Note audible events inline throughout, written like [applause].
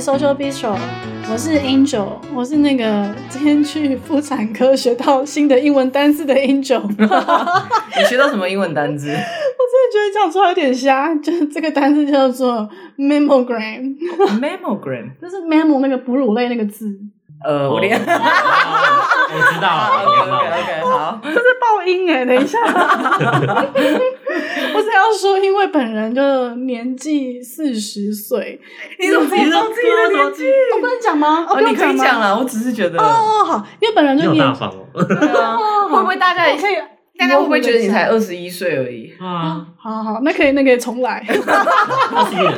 Social Bistro，我是 Angel，我是那个今天去妇产科学到新的英文单词的 Angel。我真 [laughs] 的你学到什么英文单 [laughs] 字？觉得讲出来有点瞎，就是这个单词叫做 mammogram， Mammogram，就是 mammo 那个哺乳类那个字，呃，我 [laughs] 连。哦我知道哦了，我哦 OK OK 知道了。 OK，好，这是爆音哎、等一下， [laughs] 我只要说，因为本人就年纪四十岁，你怎么自己知道自己的年纪？我不能讲吗？哦，哦，不用你可以吗讲了，我只是觉得，哦，好，因为本人你就有年大方哦。对 [laughs] 啊哦会不会大家我可以？大家会不会觉得你才二十一岁而 [laughs] 已？啊，好好，那可以那个重来。二十一点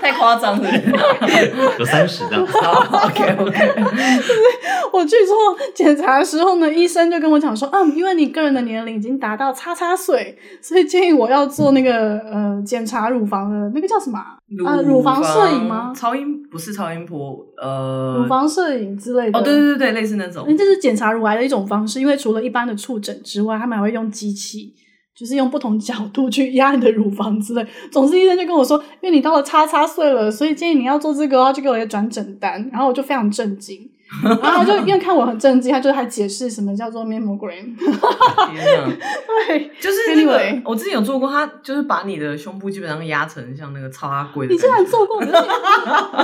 太夸张 [laughs] 了，太夸张了。有三十这样子。好，OK [laughs] OK， [laughs] 我去做检查的时候呢，医生就跟我讲说，嗯，因为你个人的年龄已经达到叉叉岁，所以建议我要做那个呃检查乳房的那个叫什么啊、呃乳房摄影吗超音不是超音波，呃，乳房摄影之类的。哦，对对对对，类似那种嗯，。这是检查乳癌的一种方式，因为除了一般的触诊之外，他们还会用机器，就是用不同角度去压你的乳房之类。总之，医生就跟我说，因为你到了叉叉岁了，所以建议你要做这个哦，他就给我一个转诊单，然后我就非常震惊。然后 [laughs] 他就因为看我很震惊，他就还解释什么叫做 mammogram， [laughs] 天哪， [laughs] 对，就是那个 Anyway 我之前有做过，他就是把你的胸部基本上压成像那个超阿贵的你感竟觉。然做过，你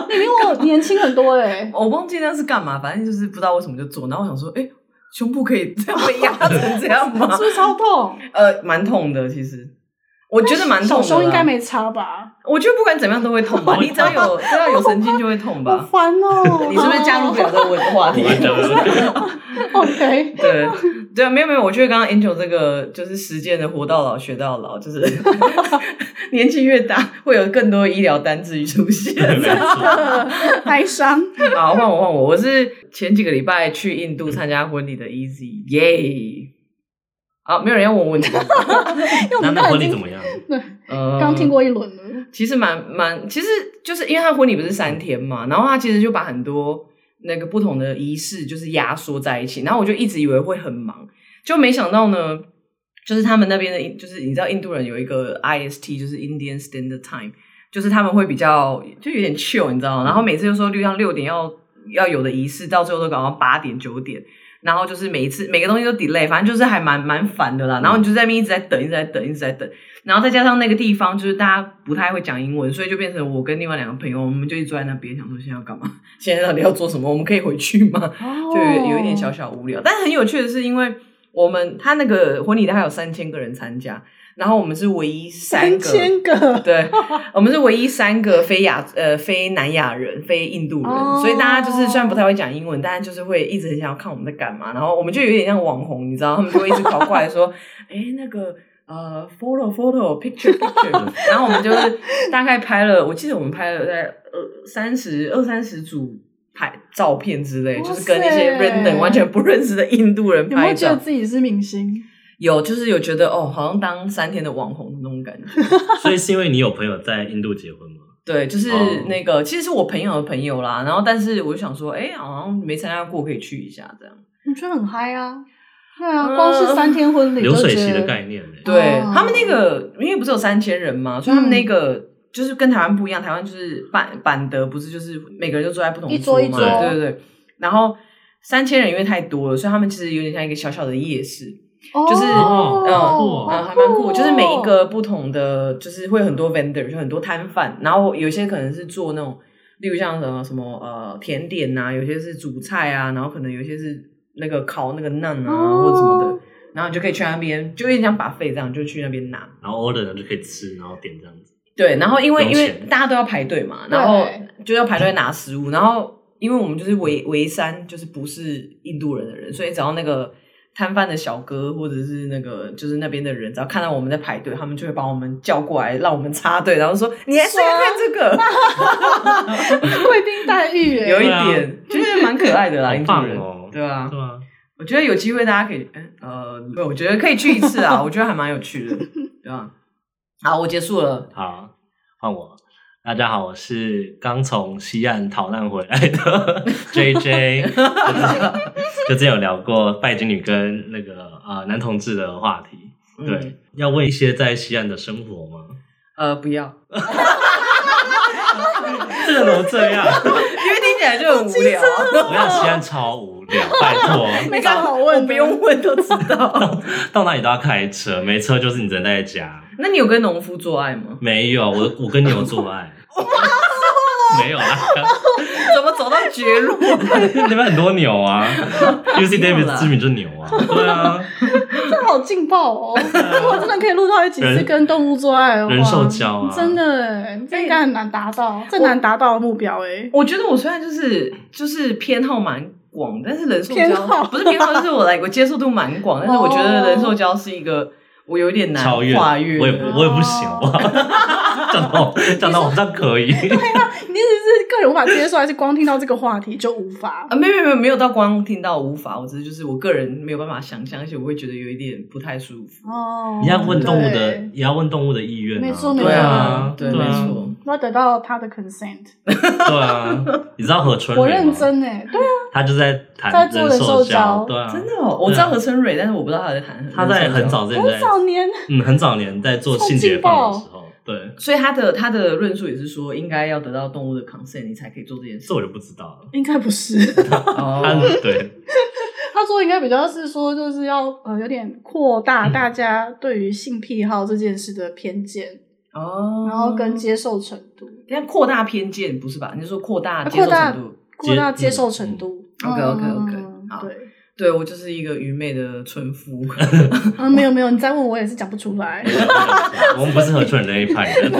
你比我年轻很多哎、哦我忘记那是干嘛，反正就是不知道为什么就做。然后我想说，哎、胸部可以 [laughs] 这样被压成这样吗 [laughs] 是？不是超痛？呃，蛮痛的，其实我觉得蛮痛小胸的。应该，没差吧？我觉得不管怎么样都会痛 [laughs] 吧。你只要有只要有神经就会痛好吧。烦哦！ [laughs] 你是不是加入不了这个文话我题？完全不知道 OK？ [laughs] 对对啊，没有没有，我觉得刚刚 Angel 这个就是实践的“活到老学到老”，就是 [laughs] 年纪越大会有更多医疗单字出现。 [laughs] 没错哀伤。 [laughs] 好，换我换我，我是前几个礼拜去印度参加婚礼的 Easy，耶！好，没有人要问 [laughs] 问题。因为我那们那刚婚已经礼怎么样？呃，刚听过一轮了，其实蛮蛮，其实就是因为他婚礼不是三天嘛，然后他其实就把很多那个不同的仪式就是压缩在一起，然后我就一直以为会很忙，就没想到呢，就是他们那边的，就是你知道印度人有一个 IST，就是 Indian Standard Time，就是他们会比较就有点 chill，你知道吗？然后每次就说就像六点要要有的仪式，到最后都搞到八点九点。然后就是每一次每个东西都 delay，反正就是还蛮蛮烦的啦。然后你就在那边一直在等，一直在等，一直在等。然后再加上那个地方就是大家不太会讲英文，所以就变成我跟另外两个朋友，我们就一直坐在那边想说现在要干嘛， [laughs] 现在到底要做什么，我们可以回去吗？ [laughs] 就有有一哦点小小无聊。但是很有趣的是，因为我们他那个婚礼大概有三千个人参加，然后我们是唯一三三个。千个，对，我们是唯一三个非亚呃非南亚人、非印度人，哦所以大家就是虽然不太会讲英文，但是就是会一直很想要看我们在干嘛。然后我们就有点像网红，你知道，他们就会一直跑过来说：“ [laughs] 哎、那个呃，photo photo picture picture。”然后我们就是大概拍了，我记得我们拍了在呃三十二三十组。拍照片之类，哇就塞是跟一些 random 完全不认识的印度人有没拍有觉得照，自己是明星？有就是有觉得哦，好像当三天的网红的那种感觉。所以是因为你有朋友在印度结婚吗？对，就是哦那个，其实是我朋友的朋友啦。然后，但是我就想说，哎、好像没参加过，可以去一下这样。你觉得很嗨啊？对嗯啊，光是三天婚礼就流水觉席得的概念欸呢？对、哦嗯他们那个，因为不是有三千人嘛，所以他们那个、就是跟台湾不一样，台湾就是板板德不是就是每个人就坐在不同一桌一嘛，桌对对对。然后三千人因为太多了，所以他们其实有点像一个小小的夜市。就是哦嗯好啊，还蛮酷，哦就是每一个不同的，就是会有很多 vendor，就很多摊贩，然后有些可能是做那种，例如像什么什么呃甜点呐、有些是主菜啊，然后可能有些是那个烤那个馕啊、哦或者什么的，然后你就可以去那边，就有点像把费这样，就去那边拿。然后 order 呢就可以吃，然后点这样子。对，然后因为有因钱为大家都要排队嘛，然后就要排队拿食物，然后因为我们就是围围山，就是不是印度人的人，所以只要那个摊贩的小哥或者是那个就是那边的人，只要看到我们在排队，他们就会把我们叫过来，让我们插队，然后说你还是要看这个， [laughs] 贵宾待遇耶，有一 [laughs] 对啊点就是蛮可爱的啦，好印度棒人哦对啊，对啊，我觉得有机会大家可以，呃，对，我觉得可以去一次 [laughs] 啊，我觉得还蛮有趣的，对啊。好，我结束了。啊好，换我。大家好，我是刚从西岸逃难回来的 [laughs] J J，就之前有聊过拜金女跟那个啊、呃男同志的话题。嗯呃对，，要问一些在西岸的生活吗？呃，不要。 [laughs] 这个怎么这 [laughs] 样？[laughs] 因为听起来就很无聊啊。我想西安超无聊，拜托， [laughs] 没啥好问的我不用问都知道。到哪里都要开车，没车就是你只能待在家。那你有跟农夫做爱吗？ [laughs] 没有，我我跟牛做爱，没有啦， [laughs] 怎么走到 [laughs] 绝路啊？那边很多牛 [laughs] 啊，UC 没有啦 Davis 知名就是牛啊，对啊， [laughs] 这好劲爆 [laughs] 哦！如果真的可以录到一起是人跟动物做爱的话，人兽交啊真的欸，哎这应该很难达到，这难达到的目标哎。我觉得我虽然就是就是偏好蛮广，但是人兽偏交好哦不是偏好，就是我来我接受度蛮广，但是我觉得人兽交是一个我有 [laughs] 点难超越，跨越的。啊我也不我也不行好不好 [laughs] 讲到讲到我这样 [laughs] 可以，你意思是个人无法接受，还是光听到这个话题就无法？啊，没有没有没有没有到光听到无法，我只是就是我个人没有办法想象，而且我会觉得有一点不太舒服。哦，你要问动物的对，也要问动物的意愿啊，没错没对啊，对，对没啊，错。我要得到他的 consent，对啊，你知道何春我蕊吗认，真哎，对啊，他就在在谈做人兽兽交对啊，真的哦，我知道何春蕊，但是我不知道他在谈。他在很，早之前在很少年嗯很早年在做性解放的时候，对，所以他的他的论述也是说，应该要得到动物的 consent，你才可以做这件事这。我就不知道了。应该不是。 [laughs] 他哦，对，他说应该比较是说，就是要呃有点扩嗯大大家对于性癖好这件事的偏见，哦然后跟接受程度，人家扩大偏见不是吧？你是说扩大啊接受扩大程度？扩大接受程度。嗯 OK，OK，OK，嗯好对，对我就是一个愚昧的村夫， [laughs] 啊没有没有，你再问我也是讲不出 [laughs] 来。我们不是何春蕊那一派的，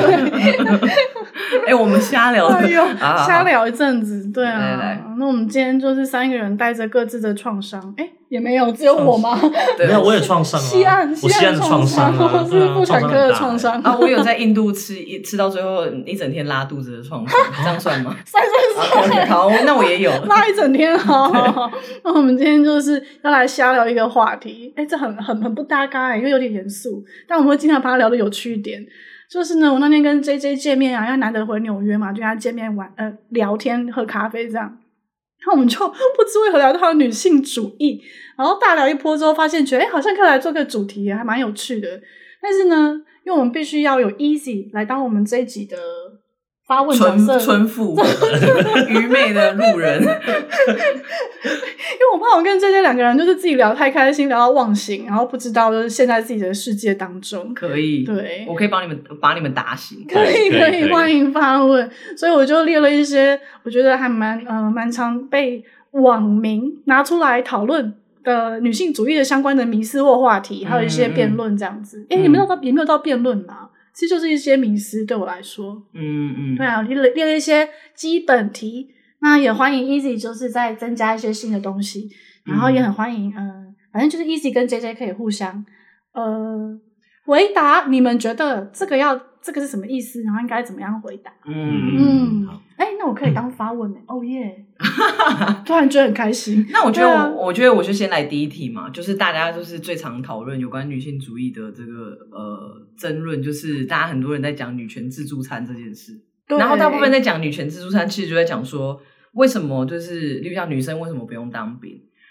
哎，我们瞎聊的啊哎呦，啊好好好瞎聊一阵子，对啊。来嗯来那我们今天就是三个人带着各自的创伤，哎，也没有，只有我吗？对没有，我有创伤啊，西岸，我西岸的的创伤啊，伤，对是啊妇产科的创，很大欸伤。啊，我有在印度吃一吃到最后一整天拉肚子的创伤，这样算 [laughs] 吗？啊算算算，好，那我也有。 [laughs] 拉一整天，好好好。那我们今天就是要来瞎聊一个话题，哎、这很很很不搭嘎、欸，因为有点严肃，但我们会尽量把它聊的有趣一点。就是呢，我那天跟 J J 见面啊，因为难得回纽约嘛，就跟他见面玩，呃，聊天喝咖啡这样。然后我们就不知为何聊到了女性主义，然后大聊一波之后，发现觉得哎、好像可以来做个主题，还蛮有趣的。但是呢，因为我们必须要有 Easy 来当我们这一集的发问角村色，村妇，愚昧的路人， [laughs] 因为我怕我跟 J J 两个人就是自己聊得太开心，聊到忘形，然后不知道就是陷在自己的世界当中。可以，对我可以帮你们把你们打醒。可以可以可可以，以欢迎发问。所以我就列了一些我觉得还蛮呃蛮常被网民拿出来讨论的女性主义的相关的迷思或话题，还有一些嗯嗯辩论这样子。哎、你们有到也没有到辩论啦，其实就是一些迷思对我来说。嗯嗯对，啊，列了列了一些基本题，那也欢迎 Easy 就是再增加一些新的东西，然后也很欢迎，嗯、反正就是 Easy 跟 JJ 可以互相，呃，回答你们觉得这个要这个是什么意思，然后应该怎么样回答？嗯。嗯嗯好，哎、那我可以当发问呢、哦耶！ [laughs] 突然觉得很开心。那我觉得我，对啊我觉得我就先来第一题嘛，就是大家就是最常讨论有关女性主义的这个呃争论，就是大家很多人在讲女权自助餐这件事，对然后大部分在讲女权自助餐，其实就在讲说为什么就是，例如像女生为什么不用当兵，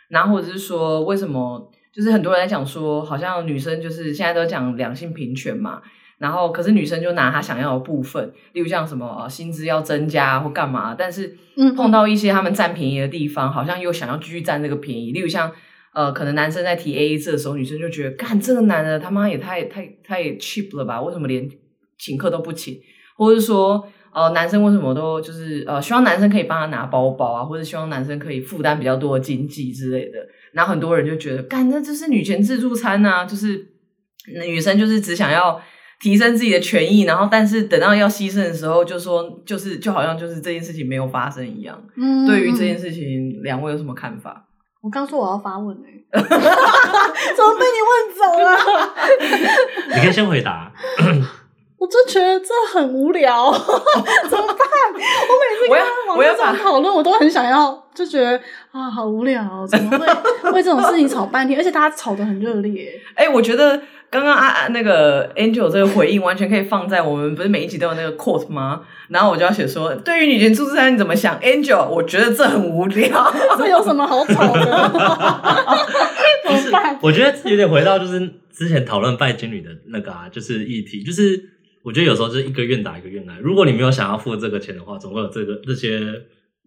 然后或者是说为什么就是很多人在讲说，好像女生就是现在都讲两性平权嘛，然后可是女生就拿她想要的部分，例如像什么呃薪资要增加或干嘛，但是嗯嗯碰到一些他们占便宜的地方，好像又想要继续占这个便宜，例如像。呃，可能男生在提 A A 制的时候，女生就觉得，干这个男的他妈也太太太 cheap 了吧？为什么连请客都不请？或者说呃，男生为什么都就是呃，希望男生可以帮他拿包包啊，或者希望男生可以负担比较多的经济之类的。然后很多人就觉得，干，那就是女权自助餐呐、就是女生就是只想要提升自己的权益，然后但是等到要牺牲的时候，就说就是就好像就是这件事情没有发生一样。嗯对于这嗯件事情，两位有什么看法？我刚说我要发 [laughs] 问呢、怎么被你问走了？你可以先回答，我就觉得这很无聊， [laughs] 怎么办？我每次我要跟网我络要把上讨论，我都很想要，就觉得啊，好无聊哦，怎么会为这种事情吵半天？而且大家吵得很热烈，哎、我觉得刚刚啊啊那个 Angel 这个回应完全可以放在我们不是每一集都有那个 quote 吗？然后我就要写说，对于女权自助餐你怎么想？Angel，我觉得这很无聊。这有什么好吵的？ [laughs] 怎么办？我觉得有点回到就是之前讨论拜金女的那个啊，就是议题，就是我觉得有时候就是一个愿打一个愿挨。如果你没有想要付这个钱的话，总会有这个这些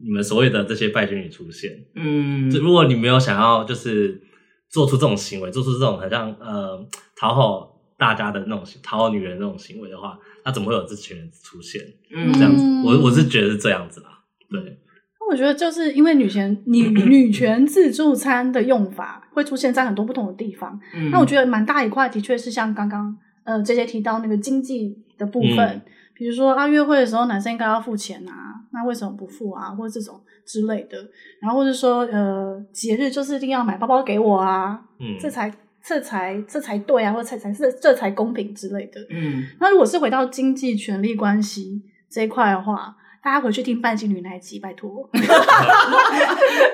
你们所谓的这些拜金女出现。嗯就如果你没有想要就是做出这种行为，做出这种很像呃讨好大家的那种讨好女人的那种行为的话，那怎么会有这群人出现？嗯这样子，嗯我我是觉得是这样子啦。对，那我觉得就是因为女权，女女权自助餐的用法会出现在很多不同的地方。嗯那我觉得蛮大一块的确是像刚刚呃 J J 提到那个经济的部分，嗯比如说啊约会的时候男生应该要付钱啊，那为什么不付啊，或者这种之类的。然后或者说呃节日就是一定要买包包给我啊，嗯，这才这才这才对啊，或者这才这这才公平之类的。嗯那如果是回到经济权利关系这一块的话，大家回去听半斤女那一集，拜托。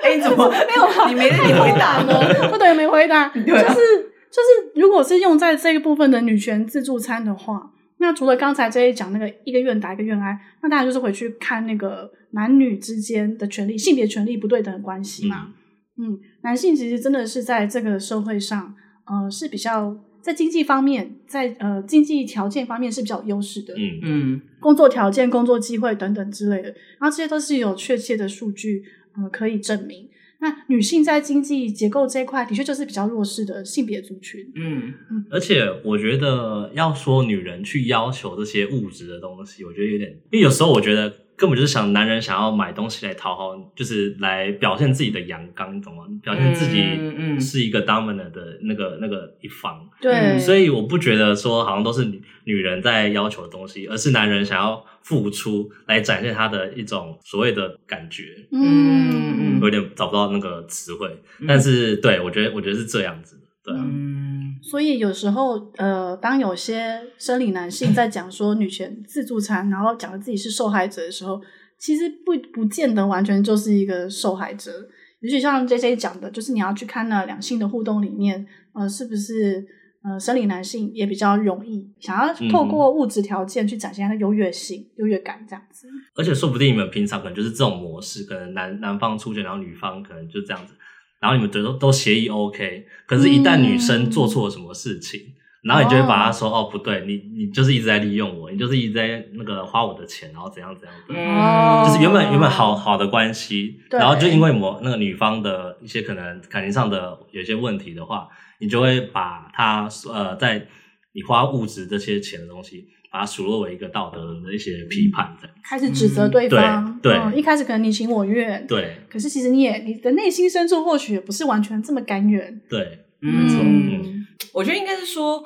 哎你怎 [laughs] 么没啊有？你没你回答 [laughs] 呢？了， [laughs] 不等于没回答，对就啊是就是，如果是用在这一部分的女权自助餐的话，那除了刚才这一讲那个一个愿打一个愿挨，那大家就是回去看那个男女之间的权利、性别权利不对等的关系嘛。嗯嗯，男性其实真的是在这个社会上，呃，是比较在经济方面，在呃经济条件方面是比较有优势的。嗯嗯工作条件、工作机会等等之类的，然后这些都是有确切的数据，呃，可以证明。那女性在经济结构这一块，的确就是比较弱势的性别族群。嗯而且我觉得要说女人去要求这些物质的东西，我觉得有点，因为有时候我觉得根本就是想男人想要买东西来讨好，就是来表现自己的阳刚，你懂吗？表现自嗯嗯己是一个 dominant 的那个那个一方。对，嗯所以我不觉得说好像都是女女人在要求的东西，而是男人想要付出来展现他的一种所谓的感觉，嗯嗯有点找不到那个词汇。但是对我觉得，我觉得是这样子的，对啊、嗯所以有时候，呃，当有些生理男性在讲说女权自助餐，然后讲的自己是受害者的时候，其实不不见得完全就是一个受害者。也许像 J J 讲的，就是你要去看那两性的互动里面，呃，是不是呃生理男性也比较容易想要透过物质条件去展现他的优越性、优越感这样子。而且说不定你们平常可能就是这种模式，可能男男方出拳，然后女方可能就这样子，然后你们觉得都都协议 OK，可是，一旦女生做错了什么事情，然后你就会把她说哦不对，你你就是一直在利用我，你就是一直在那个花我的钱，然后怎样怎样的。哦就是原本原本好好的关系，对然后就因为我那个女方的一些可能感情上的有一些问题的话，你就会把它呃，在你花物质这些钱的东西，把它数落为一个道德的一些批判这样。开始指责对方，对对嗯一开始可能你情我愿，，对可是其实你也你的内心深处或许也不是完全这么甘愿，对，没错嗯嗯我觉得应该是说，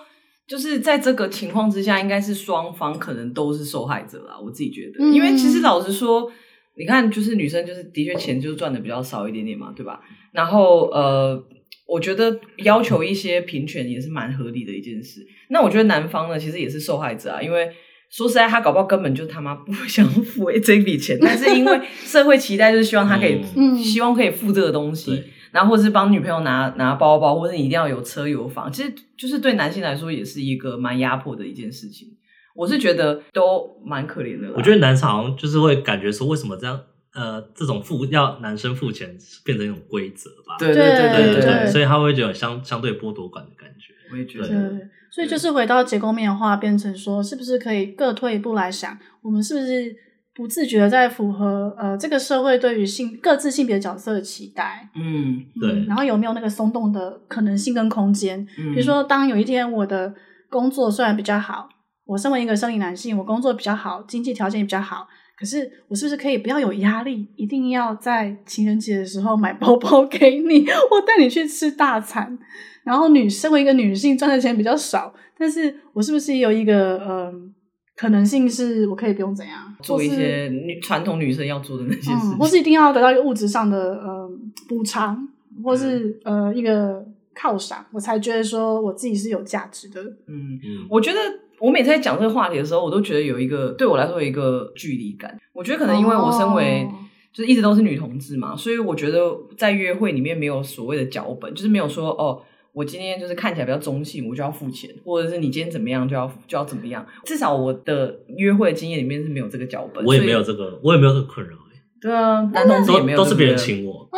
就是在这个情况之下，应该是双方可能都是受害者啦。我自己觉得，嗯因为其实老实说，你看，就是女生就是的确钱就是赚的比较少一点点嘛，对吧？然后呃，我觉得要求一些平权也是蛮合理的一件事。那我觉得男方呢，其实也是受害者啊，因为。说实在，他搞不好根本就他妈不想付 [laughs] 这笔钱，但是因为社会期待就是希望他可以，嗯希望可以付这个东西，对，然后或者是帮女朋友拿拿包包，或者你一定要有车有房，其实就是对男性来说也是一个蛮压迫的一件事情。我是觉得都蛮可怜的啦。我觉得男生好像就是会感觉说，为什么这样？呃，这种付要男生付钱变成一种规则吧？对对对对对对对，所以他会觉得有相相对剥夺感的感觉。我也觉对得，对，所以就是回到结构面化，变成说是不是可以各退一步来想，我们是不是不自觉地在符合呃这个社会对于性各自性别角色的期待？嗯，对嗯然后有没有那个松动的可能性跟空间？比比如，说，当有一天我的工作虽然比较好，我身为一个生理男性，我工作比较好，经济条件也比较好。可是我是不是可以不要有压力，一定要在情人节的时候买包包给你，我带你去吃大餐？然后女身为一个女性，赚的钱比较少，但是我是不是有一个嗯、可能性是我可以不用怎样做一或是些女传统女生要做的那些嗯，或是事情，一定要得到一个物质上的呃补偿，或是、嗯呃一个犒赏，我才觉得说我自己是有价值的。嗯，嗯，我觉得我每次在讲这个话题的时候，我都觉得有一个对我来说有一个距离感。我觉得可能因为我身为、哦就是一直都是女同志嘛，所以我觉得在约会里面没有所谓的脚本，就是没有说哦。我今天就是看起来比较中性，我就要付钱，或者是你今天怎么样就要就要怎么样。至少我的约会经验里面是没有这个脚本，我也所以没有这个，我也没有这个困扰、欸对啊，男同志也都没有都这是个别人请我， [laughs]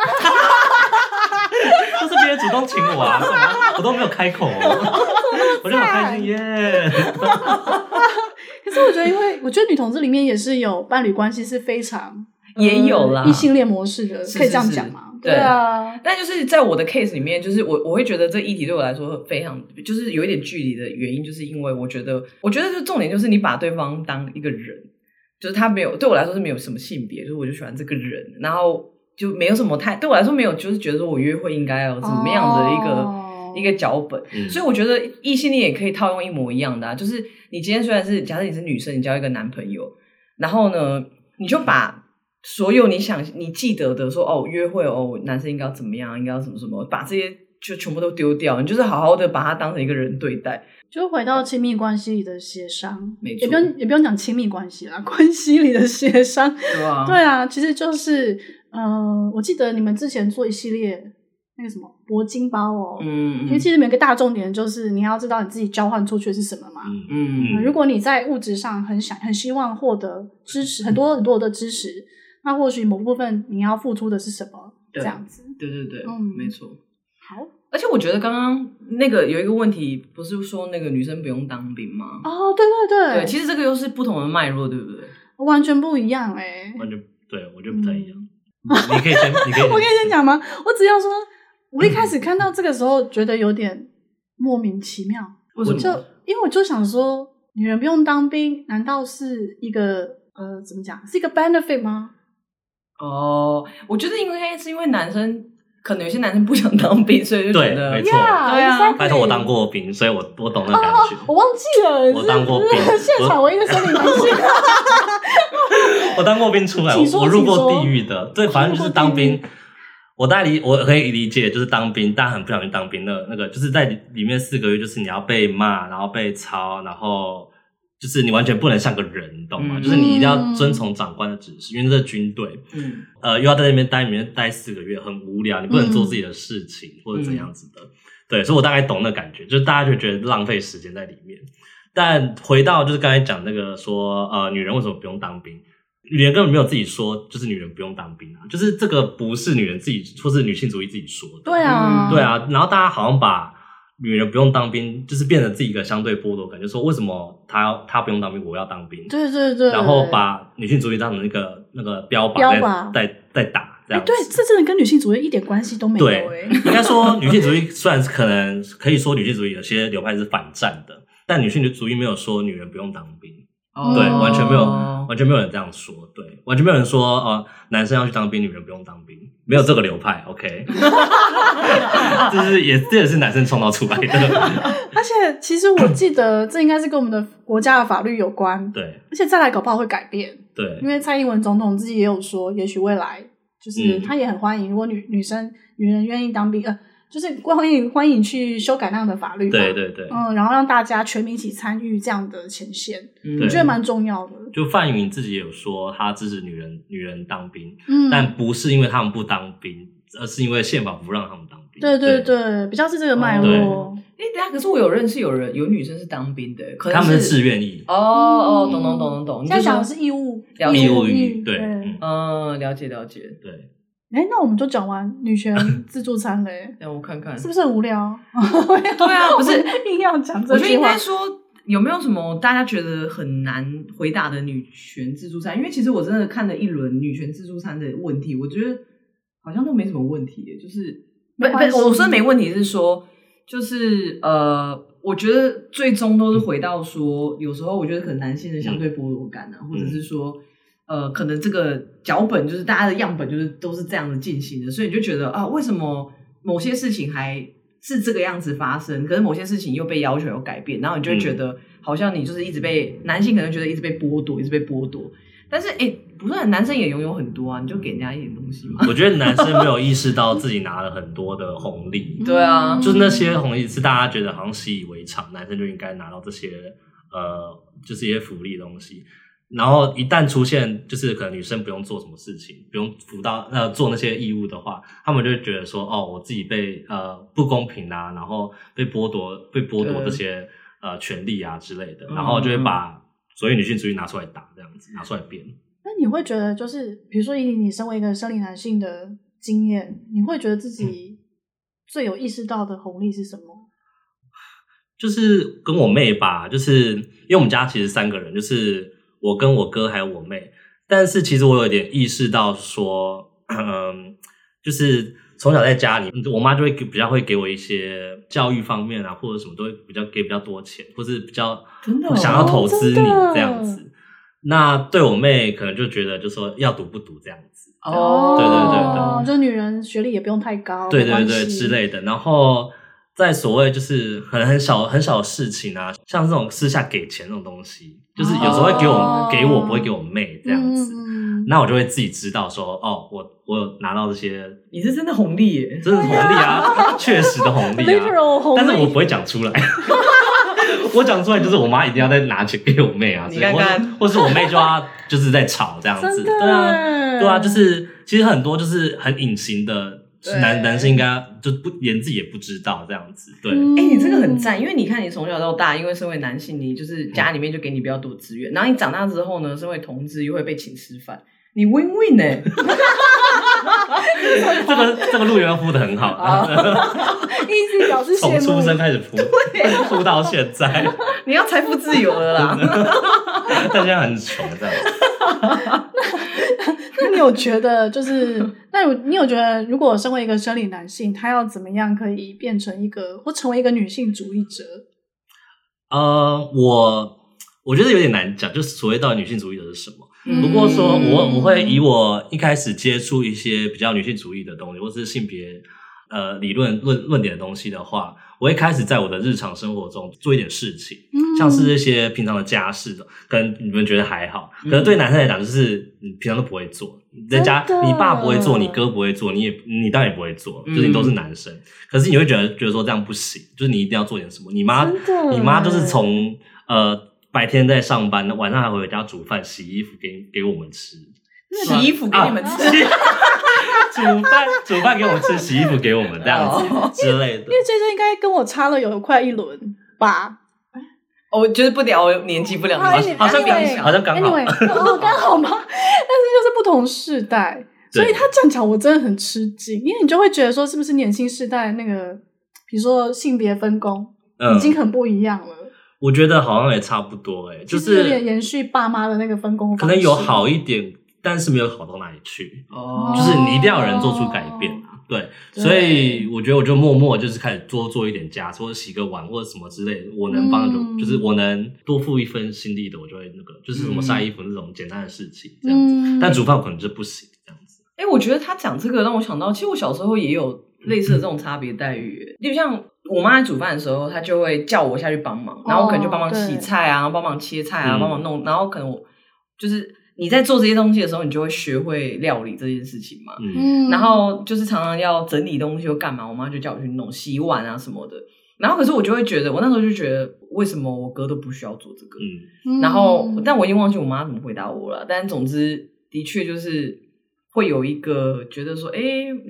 都是别人主动请我啊，干嘛我都没有开口哦、我就很开心耶。可可是我觉得，因为我觉得女同志里面也是有伴侣关系是非常 [laughs] 也有啦呃异性恋模式的，是可以这样是是讲吗？对啊，但就是在我的 case 里面，就是我我会觉得这议题对我来说非常就是有一点距离的原因，就是因为我觉得，我觉得就重点就是你把对方当一个人，就是他没有对我来说是没有什么性别，就是我就喜欢这个人，然后就没有什么太对我来说没有就是觉得说我约会应该要怎么样的一个、哦一个脚本。嗯所以我觉得异性恋也可以套用一模一样的啊，就是你今天虽然是假设你是女生，你交一个男朋友，然后呢，你就把所有你想你记得的说哦，约会哦，男生应该要怎么样，应该要怎么什么，把这些就全部都丢掉，你就是好好的把他当成一个人对待。就回到亲密关系里的协商，没错也不用也不用讲亲密关系啦， [laughs] 关系里的协商，对啊对啊，其实就是，嗯、我记得你们之前做一系列那个什么铂金包哦，嗯，因为其实每个大重点就是你要知道你自己交换出去的是什么嘛。嗯嗯嗯如果你在物质上很想很希望获得支持，很嗯多很多的支持，那或许某部分你要付出的是什么？对这样子，对对对，嗯没错。好而且我觉得刚刚那个有一个问题，不是说那个女生不用当兵吗？哦，对对对，其实这个又是不同的脉络，对不对？完全不一样哎、嗯完全对我就不太一样。你可以先，你可以， [laughs] 我跟你先，讲吗？我只要 [laughs] 说，我一开始看到这个时候觉得有点莫名其妙，为什么？就因为我就想说，女人不用当兵，难道是一个呃怎么讲，是一个 benefit 吗？哦，我觉得应该是因为男生，可能有些男生不想当兵，所以就觉对，得没错。对啊 exactly 拜托，我当过兵，所以我我懂那感觉。 [laughs] 我忘记了，我当过是兵是现场唯一的生理男性。我当过兵出来，我请说我入请过说地狱的。对，反正就是当入兵。我大概理我可以理解，就是当兵，但很不想去当兵。那那个就是在里里面四个月，就是你要被骂，然后被操，然后就是你完全不能像个人，你懂吗？嗯就是你一定要遵从长官的指示，因为这是军队，嗯呃，又要在那边待，里面待四个月，很无聊，你不能嗯做自己的事情、或者怎样子的。对，所以我大概懂那感觉，就是大家就觉得浪费时间在里面。但回到就是刚才讲那个说，呃，女人为什么不用当兵？女人根本没有自己说，就是女人不用当兵啊，就是这个不是女人自己，或是女性主义自己说的。对啊，对，啊，然后大家好像把女人不用当兵，就是变成自己一个相对剥夺感，就说为什么她她不用当兵，我要当兵？对对对。然后把女性主义当成一个那个标标靶靶在在在打这哎，样子。对，这真的跟女性主义一点关系都没有对哎。应该说，女性主义 [laughs] 虽然是可能可以说女性主义有些流派是反战的，但女性主义没有说女人不用当兵，对，哦完全没有，完全没有人这样说，对，完全没有人说呃男生要去当兵，女人不用当兵，没有这个流派，OK，这是也这也是男生创造出 [laughs] 来的，而且其实我记得这应该是跟我们的国家的法律有关，对而且再来搞不好会改变。对因，为蔡英文总统自己也有说，也许未来就是嗯他也很欢迎，如果女女生女人愿意当兵，呃，就是欢迎欢迎去修改那样的法律嘛，对对对，嗯，然后让大家全民一起参与这样的前线，嗯我对觉得蛮重要的。就范云自己也有说，他支持女人女人当兵，嗯，但不是因为他们不当兵，而是因为宪法不让他们当兵，对对对，比较是这个脉络哦。哎，等一下，可是我有认识有人有女生是当兵的，可能他们是是自愿役，哦哦，懂懂懂懂懂，你现在就讲的说是义务，了解义务役，役，对，嗯嗯，了解了解，对，哎，那我们就讲完女 [laughs] 权自助餐嘞，让我看看是，不是很无 [laughs] 聊？啊对啊，不是，硬要讲我这觉得句应话 [laughs] 该，说。有没有什么大家觉得很难回答的女权自助餐？因为其实我真的看了一轮女权自助餐的问题，我觉得好像都没什么问题耶，就是不没关系不，我说没问题是说，就是呃，我觉得最终都是回到说，有时候我觉得可能男性的相对剥夺感啊，或者是说呃，可能这个脚本就是大家的样本就是都是这样子进行的，所以你就觉得啊，为什么某些事情还是这个样子发生，可是某些事情又被要求有改变，然后你就会嗯觉得、好像你就是一直被男性可能觉得一直被剥夺，一直被剥夺，但是哎、诶不是男生也拥有很多啊，你就给人家一点东西嘛。我觉得男生没有意识到自己拿了很多的 [laughs] 红利，对啊就是那些红利是大家觉得好像习以为常，男生就应该拿到这些呃，就是一些福利的东西。然后一旦出现，就是可能女生不用做什么事情，不用辅导呃做那些义务的话，他们就会觉得说，哦，我自己被呃不公平啊，然后被剥夺被剥夺对这些呃权利啊之类的，嗯然后就会把所有女性主义拿出来打，这样子拿出来辩。那你会觉得，就是比如说以你身为一个生理男性的经嗯验，你会觉得自己最有意识到的红利是什么？就是跟我妹吧，就是因为我们家其实三个人，就是我跟我哥还有我妹。但是其实我有点意识到说，嗯，就是从小在家里，我妈就会给比较会给我一些教育方面啊，或者什么都会比较给比较多钱，或是比较真的哦想要投资你真的这样子。那对我妹可能就觉得就说要读不读这样子。哦，对对就女人学历也不用太高，对没对关对系之。类的。然后在所谓就是很很小很小的事情啊，像这种私下给钱这种东西，就是有时候会给我、哦给我，不会给我妹这样子。嗯嗯嗯那我就会自己知道说，哦，我我有拿到这些，你是真的红利耶，这是红利 [laughs] 啊，确实的红利啊。 literal 红利但是我不会讲出 [laughs] 来，我讲出来就是我妈一定要再拿钱给我妹啊，你看看或是或是我妹就要就是在吵这样子，真的对啊，耶对啊，就是其实很多就是很隐形的对男男性，应该就不连自己也不知道这样子。对，嗯哎、你这个很赞，因为你看你从小到大，因为身为男性，你就是嗯家里面就给你比较多资源，然后你长大之后呢，身为同志又会被请吃饭，你 win win 呢、这个这个路由铺的很 [laughs] 好， [laughs] 一直表示从羡出生慕。啊开始铺，铺到现在， [laughs] 你要财富自由了啦。但现在很穷这样子。那你有觉得就是，那有你有觉得，如果身为一个生理男性，他要怎么样可以变成一个或成为一个女性主义者？呃，我我觉得有点难讲，就是所谓到底女性主义者是什么。嗯不过说嗯我我会以我一开始接触一些比较女性主义的东西，或是性别呃理论论论点的东西的话，我会开始在我的日常生活中做一点事情。嗯像是这些平常的家事，可能你们觉得还好，嗯可是对男生来讲，就是你平常都不会做，你在家真的你爸不会做，你哥不会做，你也你当然也不会做，嗯就是你都是男生，可是你会觉得觉得说这样不行，就是你一定要做点什么。你妈真的你妈嗯就是从呃白天在上班，晚上还回家煮饭、洗衣服给你给我们吃，啊洗衣服给你们哦吃，煮饭煮饭给我们吃，洗衣服给我们这样哦子之类的因。为这就应该跟我差了有快一轮吧。哦我觉得不聊年纪不聊好年一纪，点好像不聊刚年纪对好像刚好 Anyway，哦， [laughs] 刚好吗？但 [laughs] 是就是不同世代，所以对他这样讲我真的很吃惊，因为你就会觉得说，是不是年轻世代那个，比如说性别分工、嗯已，经很不一样了，我觉得好像也差不多哎、就其是实有点延续爸妈的那个分工方式，可能有好一点，但是没有好到哪里去。哦，就是你一定要有人做哦出改变啊，对，所以我觉得我就默默就是开始多做一点家事，或者洗个碗或者什么之类的，我能帮就、嗯就是我能多付一份心力的，我就会那个，就是什么晒衣服那种简单的事情这样子。嗯，但煮饭可能就不行这样子。哎、我觉得他讲这个让我想到，其实我小时候也有类似的这种差别待遇，例如像我妈在煮饭的时候，她就会叫我下去帮忙，然后我可能就帮忙哦对洗菜啊，帮忙切菜啊，嗯帮忙弄，然后可能我就是你在做这些东西的时候，你就会学会料理这件事情嘛。嗯嗯，然后就是常常要整理东西或干嘛，我妈就叫我去弄洗碗啊什么的。然后可是我就会觉得，我那时候就觉得，为什么我哥都不需要做这个？嗯，嗯，然后，但我已经忘记我妈怎么回答我了。但总之，的确就是会有一个觉得说，哎，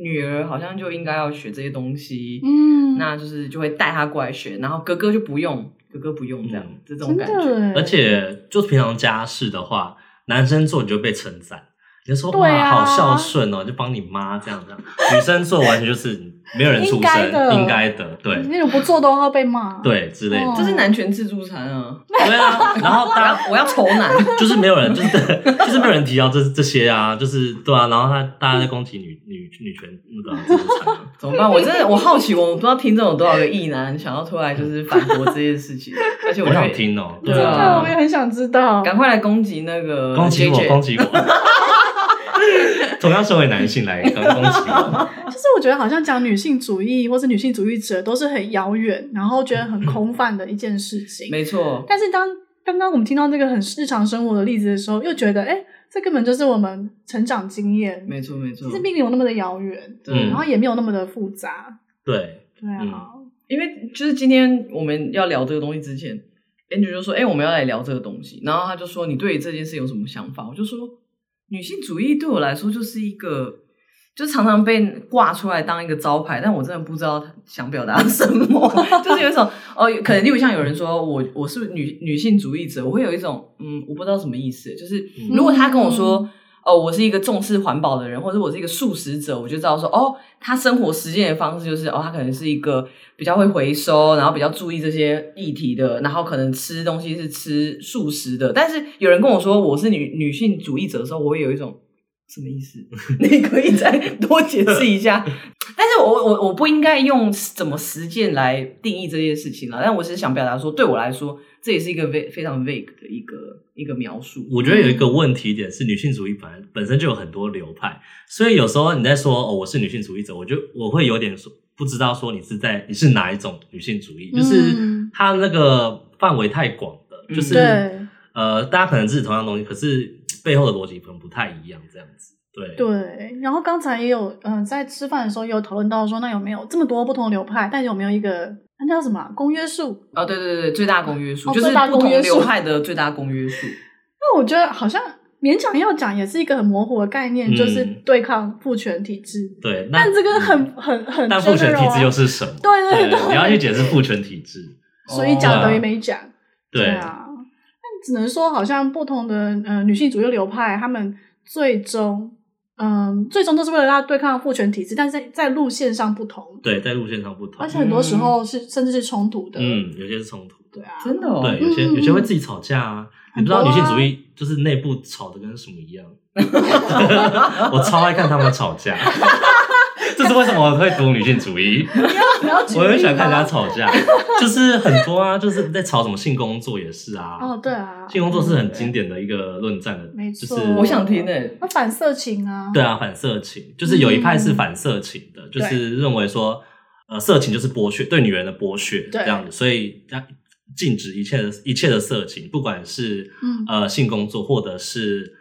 女儿好像就应该要学这些东西，嗯，那就是就会带她过来学，然后哥哥就不用，哥哥不用这样，嗯这种真感觉。的耶，哦而且就平常家事的话，男生做你就被称赞，你就说对啊哇好孝顺哦，就帮你妈这样这样。女生做完全就是没有人出应该的声，应该的，对那种不做都要被骂，，对之类的哦。这是男权自助餐 [laughs] 啊！对啊，然后我大要家我要仇男， [laughs] 就是没有人，就是就是没有人提到这这些啊，就是对啊，然后他大家在攻击女女女权那个自助餐啊，怎么办？我真的我好奇，我们不知道听众有多少个异男想要出来就是反驳这件事情，而且我我觉想得听哦，对对真的啊我，也很想知道，赶快来攻击那个攻击我， JJ 攻击我，同样身为男性来刚攻击 [laughs] 我，就是我觉得好像讲女性主义或是女性主义者都是很遥远，然后觉得很空泛的一件事情。没错，但是当刚刚我们听到这个很日常生活的例子的时候，又觉得哎，诶这根本就是我们成长经验，没错，没错其实，并没有那么的遥远，对然后也没有那么的复杂。嗯对，对啊，嗯因为就是今天我们要聊这个东西之前，Andrew 就说：“哎、我们要来聊这个东西。”然后他就说：“你对这件事有什么想法？”我就说：“女性主义对我来说就是一个，就常常被挂出来当一个招牌，但我真的不知道他想表达什么。 [laughs] 就是有一种哦，可能例如像有人说我我是女女性主义者，我会有一种嗯，我不知道什么意思。就是嗯如果他跟我说。哦，我是一个重视环保的人，或者我是一个素食者，我就知道说，哦，他生活实践的方式就是，哦，他可能是一个比较会回收，然后比较注意这些议题的，然后可能吃东西是吃素食的。但是有人跟我说我是女女性主义者的时候，我会有一种什么意思？ [laughs] 你可以再多解释一下。 [laughs] 但是我我我不应该用怎么实践来定义这件事情了，但我只是想表达说，对我来说，这也是一个非非常 vague 的一个一个描述。我觉得有一个问题点是，女性主义本来本身就有很多流派，所以有时候你在说哦我是女性主义者，我就我会有点说不知道说你是在你是哪一种女性主义，就是嗯它那个范围太广了，嗯就是、对呃大家可能是同样东西，可是背后的逻辑可能不太一样，这样子。对，对。然后刚才也有嗯、呃在吃饭的时候也有讨论到说，那有没有这么多不同的流派，但有没有一个那叫什么啊公约数？哦，对对对，最大公约数、哦就是最大不公同约数流派的最大公约数。那我觉得好像勉强要讲，也是一个很模糊的概念，嗯就是对抗父权体制。对，那但这个很、嗯很很但父权 general 体啊制又是什么？对对对你要去解释父权体制。所以哦讲等于没讲。对，啊，但只能说好像不同的呃女性主义流派，他们最终嗯、最终都是为了要对抗父权体制，但是在在路线上不同，对，在路线上不同而，且很多时候是、甚至是冲突的。嗯，有些是冲突的。对啊， [laughs] 真的哦，对，有些嗯有些会自己吵架啊，你很不知道多女性啊主义就是内部吵得跟什么一样。 [laughs] 我超爱看他们吵架， [laughs] 这是为什么我会读女性主义。不要举我很例喜欢看人吧家吵架，就是很多啊，就是在吵什么性工作也是啊。哦，对啊，性工作是很经典的一个论战的，没就错是我想听欸诶、那反色情啊，对啊，反色情就是有一派嗯是反色情的，就是认为说，呃，色情就是剥削，对女人的剥削这对样子，所以要禁止一切的一切的色情，不管是、嗯呃性工作或者是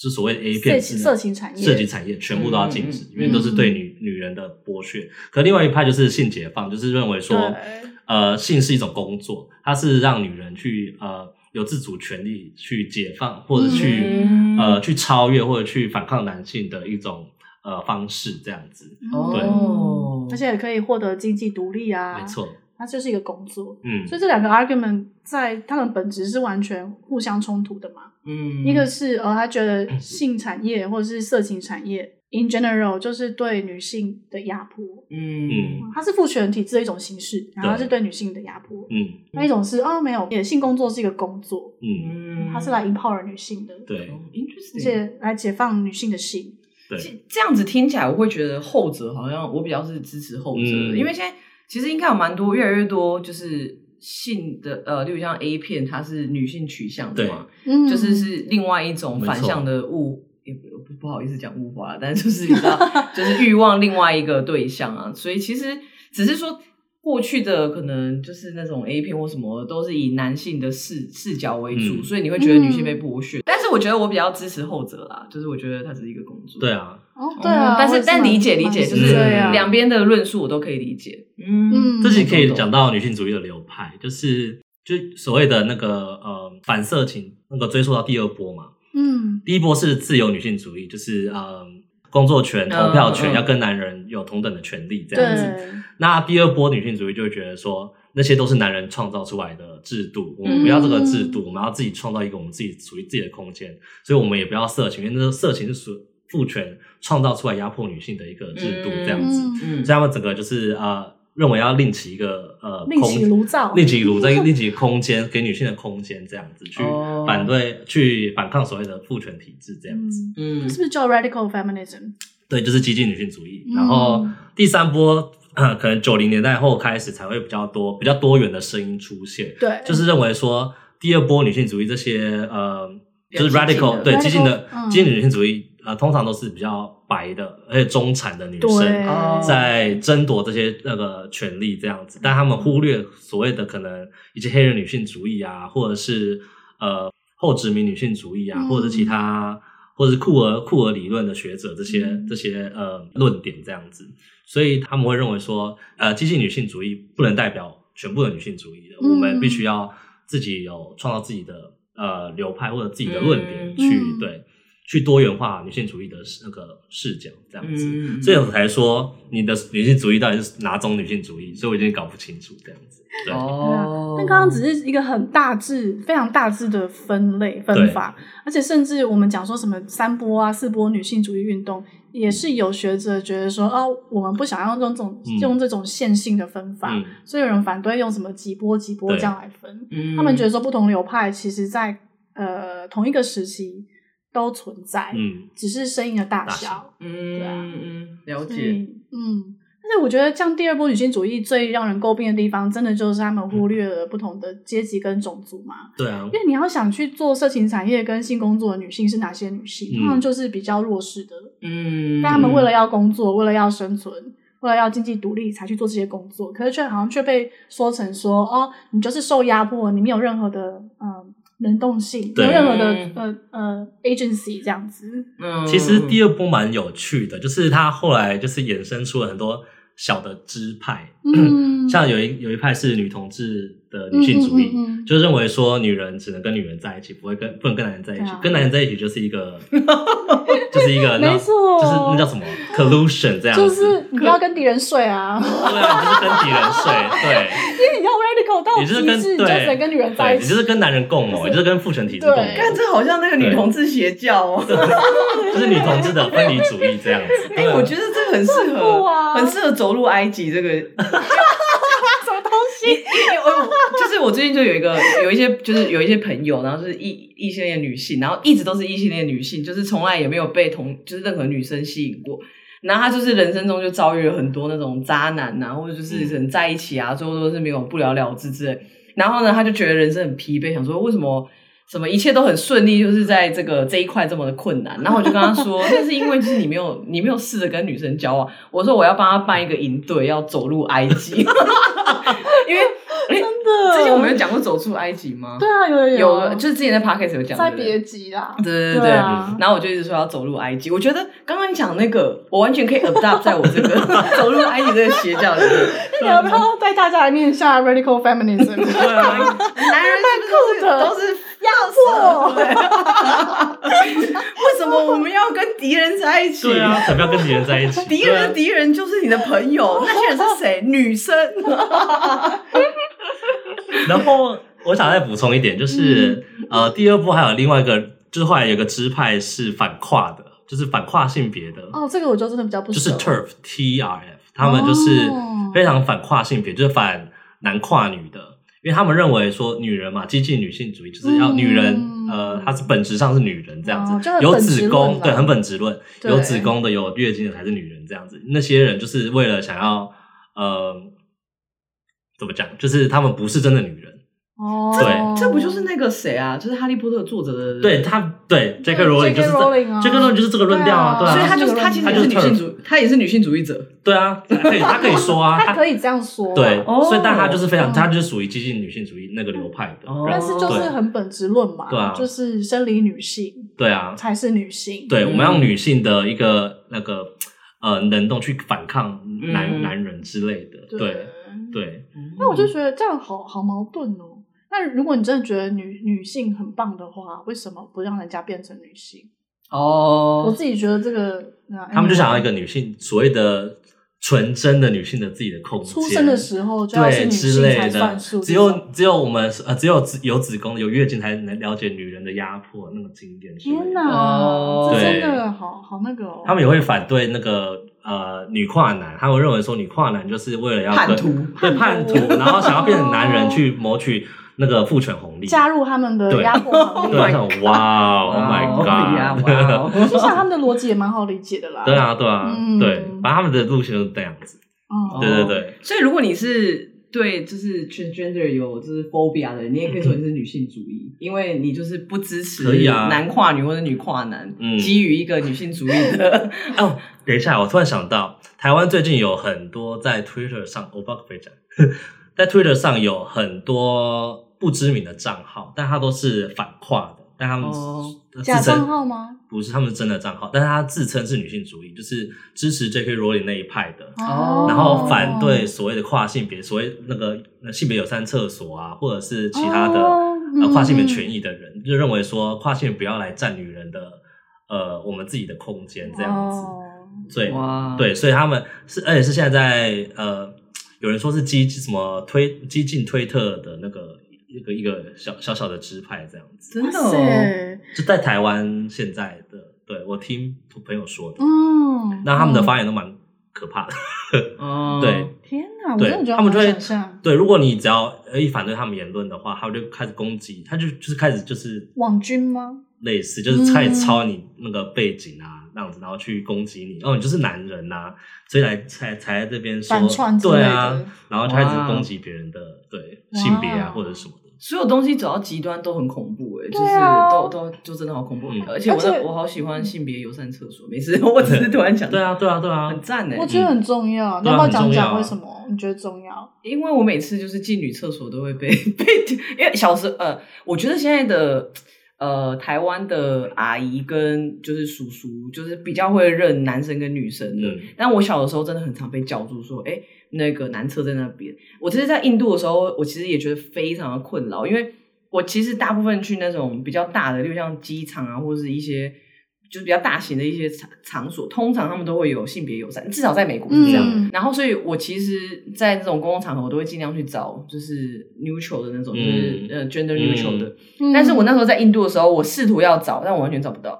就所谓 A 片色色情产业涉及产业全部都要禁止，嗯嗯因为都是对女女人的剥削。可另外一派就是性解放，就是认为说，对呃，性是一种工作，它是让女人去呃有自主权利去解放或者去。嗯呃去超越或者去反抗男性的一种呃方式，这样子，对哦嗯而且也可以获得经济独立啊，没，错，它就是一个工作。嗯，所以这两个 argument 在他们本质是完全互相冲突的嘛。嗯一个是呃，他觉得性产业或者是色情产业 in general 就是对女性的压迫，嗯嗯它是父权体制的一种形式，然后它是对女性的压迫。嗯那一种是哦，没有，也性工作是一个工作，嗯，嗯它是来 empower 女性的，对哦而，interesting。且来解放女性的性。对，这这样子听起来，我会觉得后者好像我比较是支持后者的，嗯因为现在其实应该有蛮多越来越多就是性的呃，例如像 A 片，它是女性取向的对嘛，嗯，就是是另外一种没错反向的物，也不不不好意思讲物化，但就是你知道，就是欲望另外一个对象啊。所以其实只是说过去的可能就是那种 A 片或什么，都是以男性的视视角为主，嗯所以你会觉得女性被剥削。但是我觉得我比较支持后者啦，就是我觉得它只是一个工作。对。啊，哦，对啊，嗯但我是也但蛮理解理蛮解，支就持是对啊两边的论述我都可以理解。嗯嗯这己己可以讲到女性主义的流派，就是就所谓的那个呃反色情，那个追溯到第二波嘛，嗯第一波是自由女性主义，就是嗯、呃工作权、投票权、嗯嗯要跟男人有同等的权利这样子，对那第二波女性主义就会觉得说，那些都是男人创造出来的制度，我们嗯不要这个制度，我们要自己创造一个我们自己属于自己的空间，所以我们也不要色情，因为那色情是属父权创造出来压迫女性的一个制度这样子，嗯，嗯所以他们整个就是呃认为要另起一个呃另起空炉灶另起炉灶，另起空间给女性的空间这样子去哦反对、去反抗所谓的父权体制这样子。嗯嗯是不是叫 radical feminism？对，就是激进女性主义。嗯然后第三波，呃可能九零年代后开始才会比较多、比较多元的声音出现，对，就是认为说第二波女性主义这些呃，就是比较 radical 激进的对激进的 Radical，嗯激进女性主义，呃，通常都是比较白的，而且中产的女对生。哦在争夺这些那个权利这样子，但他们忽略所谓的可能一些黑人女性主义啊，或者是呃后殖民女性主义啊，嗯或者其他或者是库尔库尔理论的学者这些、嗯这些呃论点这样子，所以他们会认为说，呃，激进女性主义不能代表全部的女性主义的，嗯我们必须要自己有创造自己的呃流派或者自己的论点嗯去、嗯对。去多元化女性主义的那个视角，这样子。嗯，所以我才说你的女性主义到底是哪种女性主义，所以我有点搞不清楚这样子。对，哦，啊但刚刚只是一个很大致、非常大致的分类分法，而且甚至我们讲说什么三波啊、四波女性主义运动，也是有学者觉得说，哦，我们不想要用这种、嗯用这种线性的分法，嗯，所以有人反对用什么几波、几波对这样来分。嗯他们觉得说，不同流派其实在呃同一个时期都存在，嗯，只是声音的大大小小。嗯对啊嗯，了所解，以，嗯，但是我觉得像第二波女性主义最让人诟病的地方，真的就是他们忽略了不同的阶级跟种族嘛。对啊因，为你要想去做色情产业跟性工作的女性是哪些女性，嗯她们就是比较弱势的，嗯，但她们为了要工作，为了要生存。为了要经济独立才去做这些工作，可是却好像却被说成说哦，你就是受压迫，你没有任何的嗯、呃能动性，没对有任何的嗯呃呃 agency 这样子。嗯，其实第二波蛮有趣的，就是它后来就是衍生出了很多小的支派，嗯，像有一有一派是女同志的女性主义，嗯嗯嗯嗯就认为说女人只能跟女人在一起，不会跟不能跟男人在一起，对啊跟男人在一起就是一个 [laughs] 就是一个那没错就是那叫什么 collusion 这样就子，是你不要跟敌人睡啊， [laughs] 对啊，你就是跟敌人睡，因为你要 radical 到对，你就是跟极致，对，哦你就只能跟女人在一对起。你就是跟男人共谋，你就是跟父权体制共哦谋，看这好像那个女同志邪教哦。就是女同志的分离主义这样子。 [laughs] 哎、对啊我觉得这个很适很酷合，啊很适合走入埃及这个。 [laughs] 什么东因西？为我就是我最近就有一个有一些就是有一些朋友，然后就是异异性恋女性，然后一直都是异性恋女性，就是从来也没有被同就是任何女生吸引过。然后她就是人生中就遭遇了很多那种渣男啊，或者就是人在一起啊，最后都是没有不了了之之类。然后呢，她就觉得人生很疲惫，想说为什么什么一切都很顺利，就是在这个这一块这么的困难。然后我就跟她说，那是因为就是你没有你没有试着跟女生交往。我说我要帮她办一个营队，要走入埃 [laughs] 及，因为哎真的？之前我们有讲过走出埃及吗？对啊，有有有，就是之前在 podcast 有讲，在对不对别集啦。对对对对啊然后我就一直说要走入埃及。我觉得刚刚你讲那个，我完全可以 adopt 在我 [laughs] 这个走入埃及这个邪教里面。那你要不要带大家来念一下 radical feminism？ [laughs] 对啊，男人是不是蛮酷的都是压迫，为什么我们要跟敌人在一起？对啊，才不要跟敌人在一起。敌对人啊的敌人就是你的朋友，啊那些人是 [laughs] 谁？女生。哦然后我想再补充一点，就是、嗯呃，第二波还有另外一个，就是后来有个支派是反跨的，就是反跨性别的，哦，这个我就真的比较不就熟。是 TERF T R F，他们就是哦非常反跨性别，就是反男跨女的，因为他们认为说女人嘛，激进女性主义就是要嗯女人，呃，她是本质上是女人这样子，哦就很有本质子论宫，啦对，很本质论，对有子宫的有月经的才是女人这样子，那些人就是为了想要，呃，怎么讲，就是他们不是真的女人。哦，对这不就是那个谁啊？就是《哈利波特》作者的人对他，对 J.K. 对 J.K. Rowling 就是嗯这 Rowling 啊 J.K. Rowling 就是这个论调啊，对对啊所以啊他，就是他其实他也就是是女性主，他也是女性主义者。对啊，他可以他可以说啊，他可以这样说，对，哦所以但他就是非常，嗯他就是属于激进女性主义那个流派的哦人但是就是对很本质论嘛，对啊就是生理女性对啊，才是女性，对，嗯我们让女性的一个那个呃能动去反抗男、嗯男人之类的，对对，那我就觉得这样好好矛盾哦。那如果你真的觉得女女性很棒的话，为什么不让人家变成女性？哦，我自己觉得这个，那哎他们就想要一个女性所谓的纯真的女性的自己的空间，出生的时候就要是对女之性才类算的数，，只有只有我们呃只有子有子宫有月经才能了解女人的压迫那个经验之类的，天哪，哦这真对的好好那个哦。他们也会反对那个呃女跨男，他们认为说女跨男就是为了要叛跟徒对叛徒叛徒，哦然后想要变成男人去谋取那个父权红利。加入他们的对压迫 [laughs] 行对，我列，想哇哦，Oh [laughs] my 呀 god！哇 [laughs] 哦就像他们的逻辑也蛮好理解的啦。对，啊，对啊，嗯对，反正他们的路线就是这样子。嗯，对对对，所以如果你是对就是 transgender 有就是 phobia 的人，你也可以说你是女性主义，因为你就是不支持可以啊男跨女或者女跨男，嗯基于一个女性主义的。 [laughs] 哦，等一下，我突然想到，台湾最近有很多在 Twitter 上，我不知道可不可以讲， [laughs] 在 Twitter 上有很多不知名的账号，但它都是反跨的，但他们哦自假称账号吗？不是，他们是真的账号，但是他自称是女性主义，就是支持 J.K. 罗琳那一派的，哦然后反对所谓的跨性别，所谓那个呃性别友善厕所啊，或者是其他的、哦呃跨性别嗯权益的人，就认为说跨性别不要来占女人的呃我们自己的空间这样子。哦对哇，对，所以他们是而且是现在在呃，有人说是激什么推激进推特的那个一个一个小小小的支派这样子，真的哇哦，塞就在台湾现在的，对我听朋友说的，嗯，那他们的嗯发言都蛮可怕的。哦对，天哪，我对真的觉得他们好难就想会象对，如果你只要呃一反对他们言论的话，他们就开始攻击，他就就是开始就是网军吗？类似，就是开嗯始抄你那个背景啊，那样子，然后去攻击你。哦，你就是男人呐、所以来才才在这边说反串，之类的对啊，然后开始哇攻击别人的对性别哇啊或者什么的。所有东西走到极端都很恐怖哎、就是对啊都都就真的好恐怖，嗯而且我而且我好喜欢性别友善厕所，没事，我只是突然想到，对啊，对啊，对啊很，赞哎、我觉得很重要，你对要不要啊很讲重要讲啊为什么你觉得重要？因为我每次就是进女厕所都会被 [laughs] 被，因为小时候呃，我觉得现在的呃台湾的阿姨跟就是叔叔，就是比较会认男生跟女生的。嗯但我小的时候真的很常被叫住说，哎、那个男厕在那边。我其实，在印度的时候，我其实也觉得非常的困扰，因为我其实大部分去那种比较大的，例如像机场啊，或是一些。就是比较大型的一些场场所，通常他们都会有性别友善，至少在美国是这样。嗯然后，所以我其实，在这种公共场合，我都会尽量去找就是 neutral 的那种，就是嗯呃 gender neutral 的。嗯但是我那时候在印度的时候，我试图要找，但我完全找不到，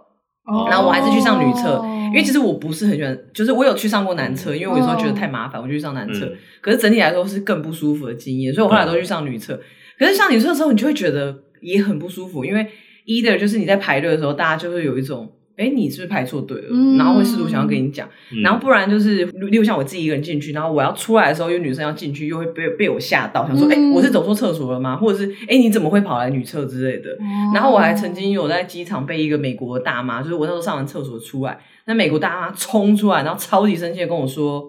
哦然后我还是去上女厕因为其实我不是很喜欢，就是我有去上过男厕，因为我有时候哦觉得太麻烦，我就去上男厕。嗯可是整体来说是更不舒服的经验，所以我后来都去上女厕。可是上女厕的时候，你就会觉得也很不舒服，因为一的就是你在排队的时候，大家就会有一种。哎，你是不是排错队了？嗯然后会试图想要跟你讲，嗯然后不然就是，例如像我自己一个人进去，然后我要出来的时候，有女生要进去，又会被被我吓到，想说，哎、嗯我是走错厕所了吗？或者是，哎，你怎么会跑来女厕之类的？哦然后我还曾经有在机场被一个美国大妈，就是我那时候上完厕所出来，那美国大妈冲出来，然后超级生气的跟我说：“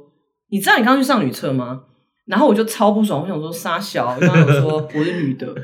你知道你刚刚去上女厕吗？”然后我就超不爽，我想说傻小，然后我说我是女的，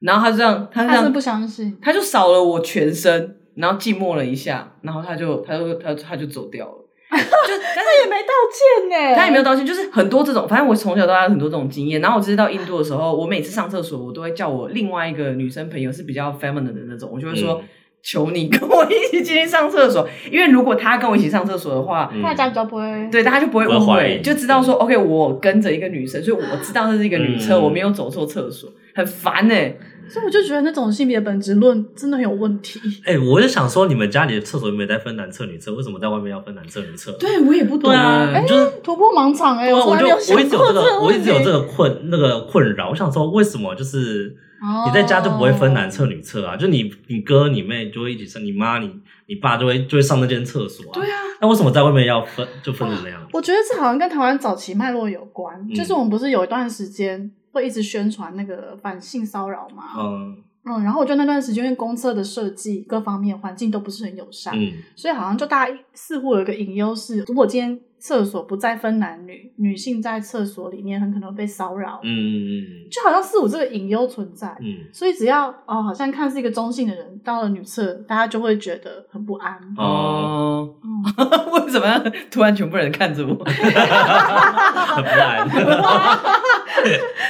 然后他这样，他这他是样，不相信，他就扫了我全身，然后静默了一下，然后他就他就他就他就走掉了，就但是也没道歉欸呢，他也没有有道歉，就是很多这种，反正我从小到大有很多这种经验。然后我直接到印度的时候，我每次上厕所，我都会叫我另外一个女生朋友是比较 feminine 的那种，我就会说。嗯求你跟我一起进去上厕所，因为如果他跟我一起上厕所的话，嗯大家比较不会，对大家就不会误不会怀会，疑就知道说 OK，我跟着一个女生，所以我知道这是一个女厕，嗯我没有走错厕所，很烦欸呢、所以我就觉得那种性别本质论真的很有问题。哎、我就想说，你们家里的厕所有没有在分男厕女厕？为什么在外面要分男厕女厕？对我也不懂对啊，哎就是突破盲场哎、对啊，从我来就没有想我一直有过这个，我问一题直有这个困那个困扰。我想说，为什么就是哦你在家就不会分男厕女厕啊？就你你哥你妹就会一起上，你妈你你爸就会就会上那间厕所啊。对啊，那为什么在外面要分就分成那样？我觉得这好像跟台湾早期脉络有关，嗯就是我们不是有一段时间会一直宣传那个反性骚扰嘛，嗯嗯，然后我觉得那段时间因为公厕的设计各方面环境都不是很友善，嗯所以好像就大家似乎有一个隐忧是，如果今天厕所不再分男女，女性在厕所里面很可能被骚扰，嗯嗯就好像似乎这个隐忧存在。嗯所以只要哦，好像看似一个中性的人到了女厕，大家就会觉得很不安。嗯哦，哦， [laughs] 嗯为什么要突然全部人看着我？哦很不 [laughs] 然，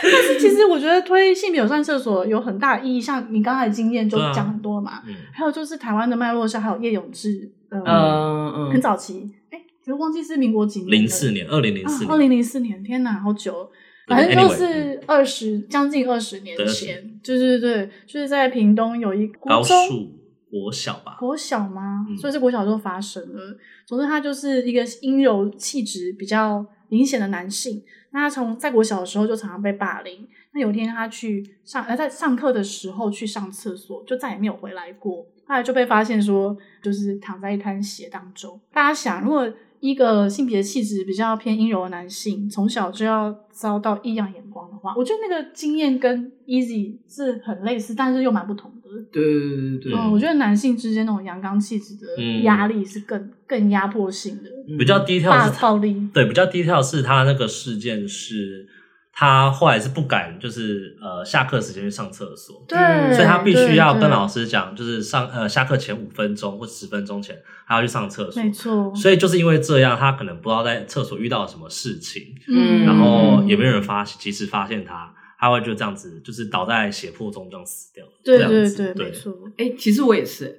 但是其实我觉得推性别友善厕所有很大的意义，像你刚才的经验就对啊讲很多了嘛。嗯还有就是台湾的脉络下，还有叶永志，呃，嗯嗯，很早期，哎、其实忘记是民国几年了，零四年，二零零四啊，二年，零零四年，天哪，好久了。对反正就 anyway，是二十将近二十年对20前，就是对，就是在屏东有一国高中数国小吧，国小吗？嗯所以是国小就发生了。总之，他就是一个阴柔气质比较明显的男性。那他从在国小的时候就常常被霸凌。那有一天他去上呃在上课的时候去上厕所，就再也没有回来过。后来就被发现说，就是躺在一滩血当中。大家想，如果一个性别气质比较偏阴柔的男性，从小就要遭到异样眼光的话，我觉得那个经验跟 Easy 是很类似，但是又蛮不同的。对对对对嗯，嗯我觉得男性之间那种阳刚气质的嗯压力是更、更压迫性的，对，比较低调大是嗯暴力。对，比较低调是他那个事件是，他后来是不敢，就是呃下课时间去上厕所，嗯对，所以他必须要跟老师，师讲，就是上呃下课前五分钟或十分钟前，他要去上厕所没。错。所以就是因为这样，他可能不知道在厕所遇到了什么事情，嗯然后也没有人发及时发现他，他会就这样子，就是倒在血泊中这样死掉。对这样对子对，对没错。哎、其实我也是欸、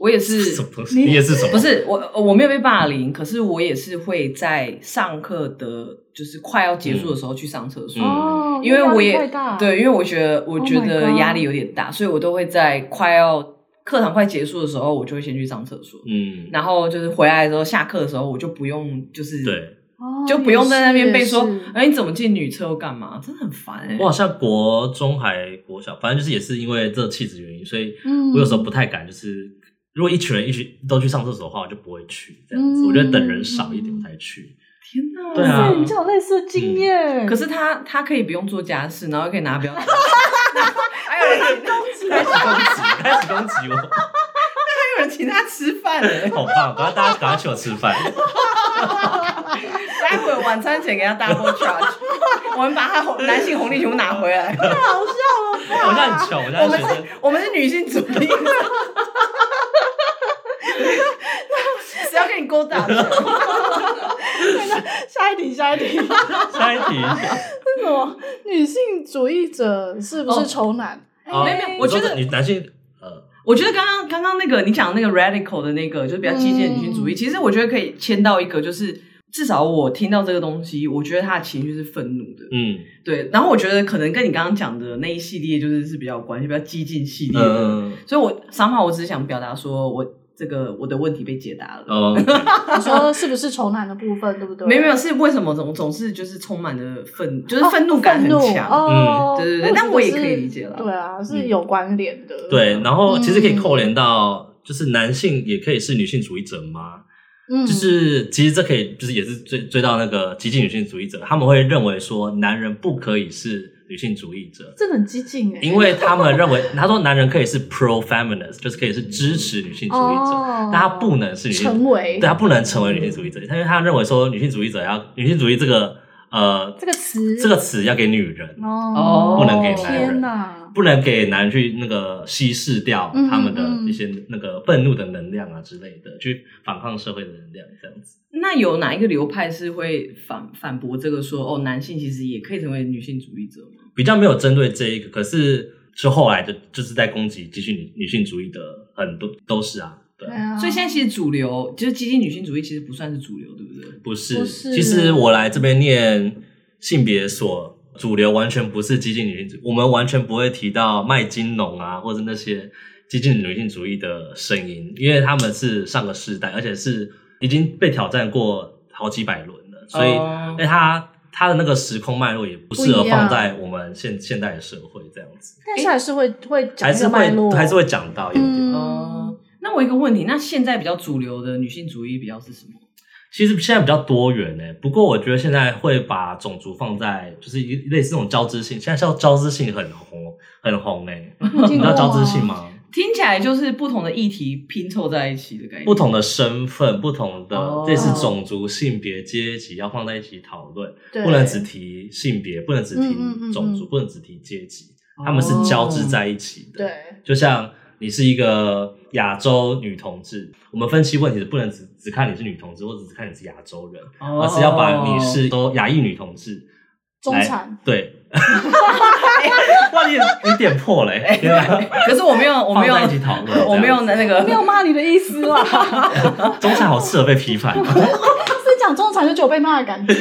我也是 [laughs] 什么东西？你也是什么？不是我，我没有被霸凌，可是我也是会在上课的，就是快要结束的时候去上厕所，嗯哦，因为我压也力太大对，因为我觉得我 Oh 觉 my 得 God 压力有点大，所以我都会在快要课堂快结束的时候，我就会先去上厕所，嗯，然后就是回来的时候，下课的时候我就不用就是对，哦就不用在那边被说也是也，是哎，你怎么进女厕又干嘛？真的很烦哎、我好像国中还国小，反正就是也是因为这气质原因，所以嗯我有时候不太敢，就是如果一群人一起都去上厕所的话，我就不会去这样子，嗯我觉得等人少一点我才去。天哪！对啊哇塞你们这有类似的经验，嗯可是是他他可以不用做家事，然后又可以拿表。 [laughs] 还有人请，开始攻击，开始攻击我。还有人请他吃饭呢、好棒！赶快大家赶快请我吃饭。待会儿晚餐前给他 double [laughs] charge，我们把他红男性红利全部拿回来。我现在很穷，我我们现在学是生。，我们是女性主 [laughs] 义。谁要跟你勾搭 [laughs] 的？下一题，下一题，为下一题，哎什么女性主义者是不哦是丑男？ [laughs] 哎哦没有没有我觉得你男性呃，我觉得刚刚刚刚那个你讲的那个 radical 的那个，就是比较激进的女性嗯主义，其实我觉得可以牵到一个，就是至少我听到这个东西，我觉得他的情绪是愤怒的。嗯对，然后我觉得可能跟你刚刚讲的那一系列就是是比较有关系，比较激进系列的。嗯所以我三号我只是想表达说我这个我的问题被解答嗯了。哦，你说是不是丑男的部分，对不哦对？没有没有，是为什么总总是就是充满了愤，就是哦愤怒感很愤怒强。哦，嗯对对对那但我也觉得可以是理解啦对啊，是嗯有关联的，对，然嗯后其实可以扣连到，就是男性也可以是女性主义者吗？嗯，就是其实这可以，就是也是追追到那个激进女性主义者，他们会认为说男人不可以是女性主义者。这个很激进嗯哎，因为他们认为，他说男人可以是 pro feminist，就是可以是支持女性主义者，哦但他不能是女性主义者成为对他啊不能成为女性主义者，因为他认为说女性主义者要女性主义这个呃这个词，这个词要给女人，哦，不能给男人天哪，不能给男人去那个稀释掉嗯他们的嗯一些那个愤怒的能量啊之类的，去反抗社会的能量这样子。那有哪一个流派是会反反驳这个说哦，男性其实也可以成为女性主义者吗？比较没有针对这一个，可是是后来的就是在攻击继续女女性主义的很多都是啊，对对。啊，所以现在其实主流就是激进女性主义，其实不算是主流，对不对？不是，不是其实我来这边念性别所，主流完全不是激进女性主义，我们完全不会提到麦金农啊，或者那些激进女性主义的声音，因为他们是上个世代，而且是已经被挑战过好几百轮了，所以，哦因为他他的那个时空脉络也不适合不一样放在我们现现代的社会这样子，但是还是会会讲还这是个脉络会还是会讲到一点。嗯哦，那我有一个问题，那现在比较主流的女性主义比较是什么？其实现在比较多元呢、欸不过我觉得现在会把种族放在就是一类似这种交织性，现在叫交织性很红很红诶、你你听知过吗道交织性？哦吗？听起来就是不同的议题拼凑在一起的概念。不同的身份、不同的哦类似种族、性别、阶级要放在一起讨论，对不能只提性别，不能只提嗯嗯嗯嗯种族，不能只提阶级，他们是交织在一起的。对，就像你是一个亚洲女同志，我们分析问题不能只只看你是女同志，或者只看你是亚洲人，哦，而是要把你是说亚裔女同志中来产对。 [laughs] 哇，你你点破了、欸，天啊 [laughs] 可是我没有，哎我没有，放在一起讨论这样子 [laughs] 我没有那个，没有骂你的意思啦， [laughs] 中产好适合被批 [laughs] 判。是讲中产就只有被骂的感觉，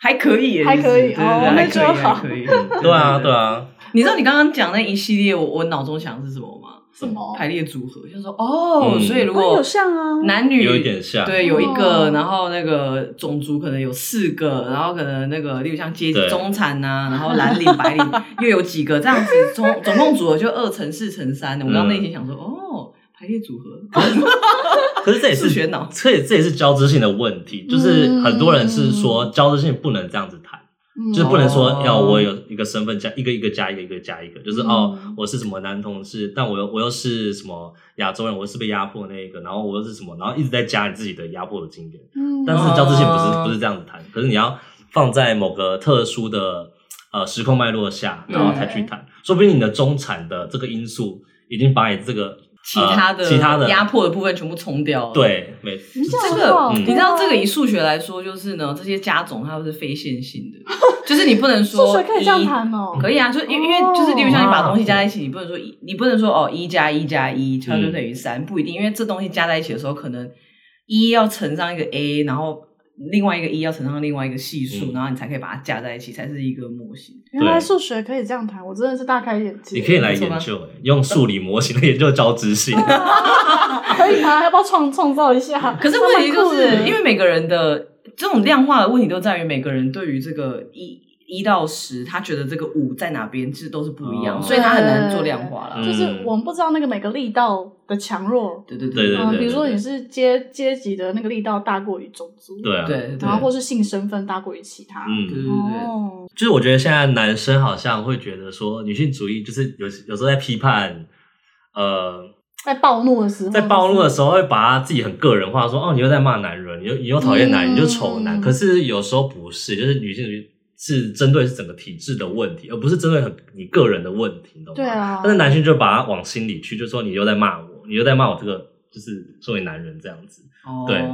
还可以耶，还可以其实对对哦对还那可就以，好还可以， [laughs] 对啊，对。啊，你知道你刚刚讲那一系列，我我脑中想的是什么吗？什么？排列组合，就是说哦，嗯所以如哦果有像啊，男女有一点像对，有一哦个，然后那个种族可能有四个，然后可能那个，例如像阶级对中产呐、然后蓝领、白领又有几个，这样子总 [laughs] 总共组合就二乘四乘三的。我刚刚内心想说，嗯哦，排列组合， [laughs] 可是这也数是学脑这也这也是交织性的问题，就是很多人是说交织性不能这样子谈，嗯就是不能说哦要我有一个身份加一个一个加一个一个加一个，就是哦嗯我是什么男同志，但我又我又是什么亚洲人，我是被压迫的那一个，然后我又是什么，然后一直在加你自己的压迫的经验。嗯但是交织性不是哦不是这样子谈，可是你要放在某个特殊的呃时空脉络下，然后才去谈，说不定你的中产的这个因素已经把你这个其他的、呃其他的压迫的部分全部冲掉了。，对，没你这这样很个好嗯你知道，这个对啊以数学来说，就是呢，这些加总它是非线性的，就是你不能说数学可以这样一谈哦，可以啊，就是因为因为哦就是，例如像你把东西加在一起，你不能说一，你不能说哦一加一加一，它就等于三，不一定，因为这东西加在一起的时候，可能一要乘上一个 a，然后另外一个一要乘上另外一个系数，嗯然后你才可以把它加在一起，才是一个模型。原来对数学可以这样谈，我真的是大开眼界。你可以来研究、欸，用数理模型来研究交 [laughs] 织性。 [laughs] 可以吗？要不要创创造一下？可是问题就还蛮酷是的因为每个人的这种量化的问题都在于每个人对于这个一一到十，他觉得这个五在哪边，其实都是不一样，哦所以他很难做量化了。嗯就是我们不知道那个每个力道的强弱，对对对嗯，比如说对你是阶阶级的那个力道大过于种族，对啊，对对对哦然后或是性身份大过于其他，对对嗯，对。哦，就是我觉得现在男生好像会觉得说女性主义就是有有时候在批判，呃，在暴怒的时候，在暴露的时候会把他自己很个人化，说哦，你又在骂男人，你又你又讨厌男嗯人，你就丑男。可是有时候不是，就是女性主义是针对是整个体制的问题，而不是针对很你个人的问题，你懂吗？对啊，但是男性就把它往心里去，就说你又在骂我，你又在骂我这个，就是作为男人这样子。嗯哦对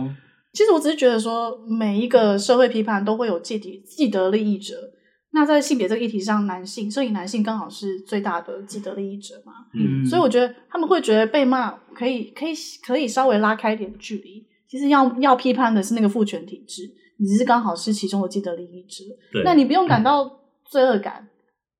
其实我只是觉得说，每一个社会批判都会有既得既得利益者。那在性别这个议题上，男性，所以男性刚好是最大的既得利益者嘛。嗯所以我觉得他们会觉得被骂可以可以可以稍微拉开一点距离。其实要要批判的是那个父权体制，你只是刚好是其中的既得利益者，对，嗯那你不用感到罪恶感，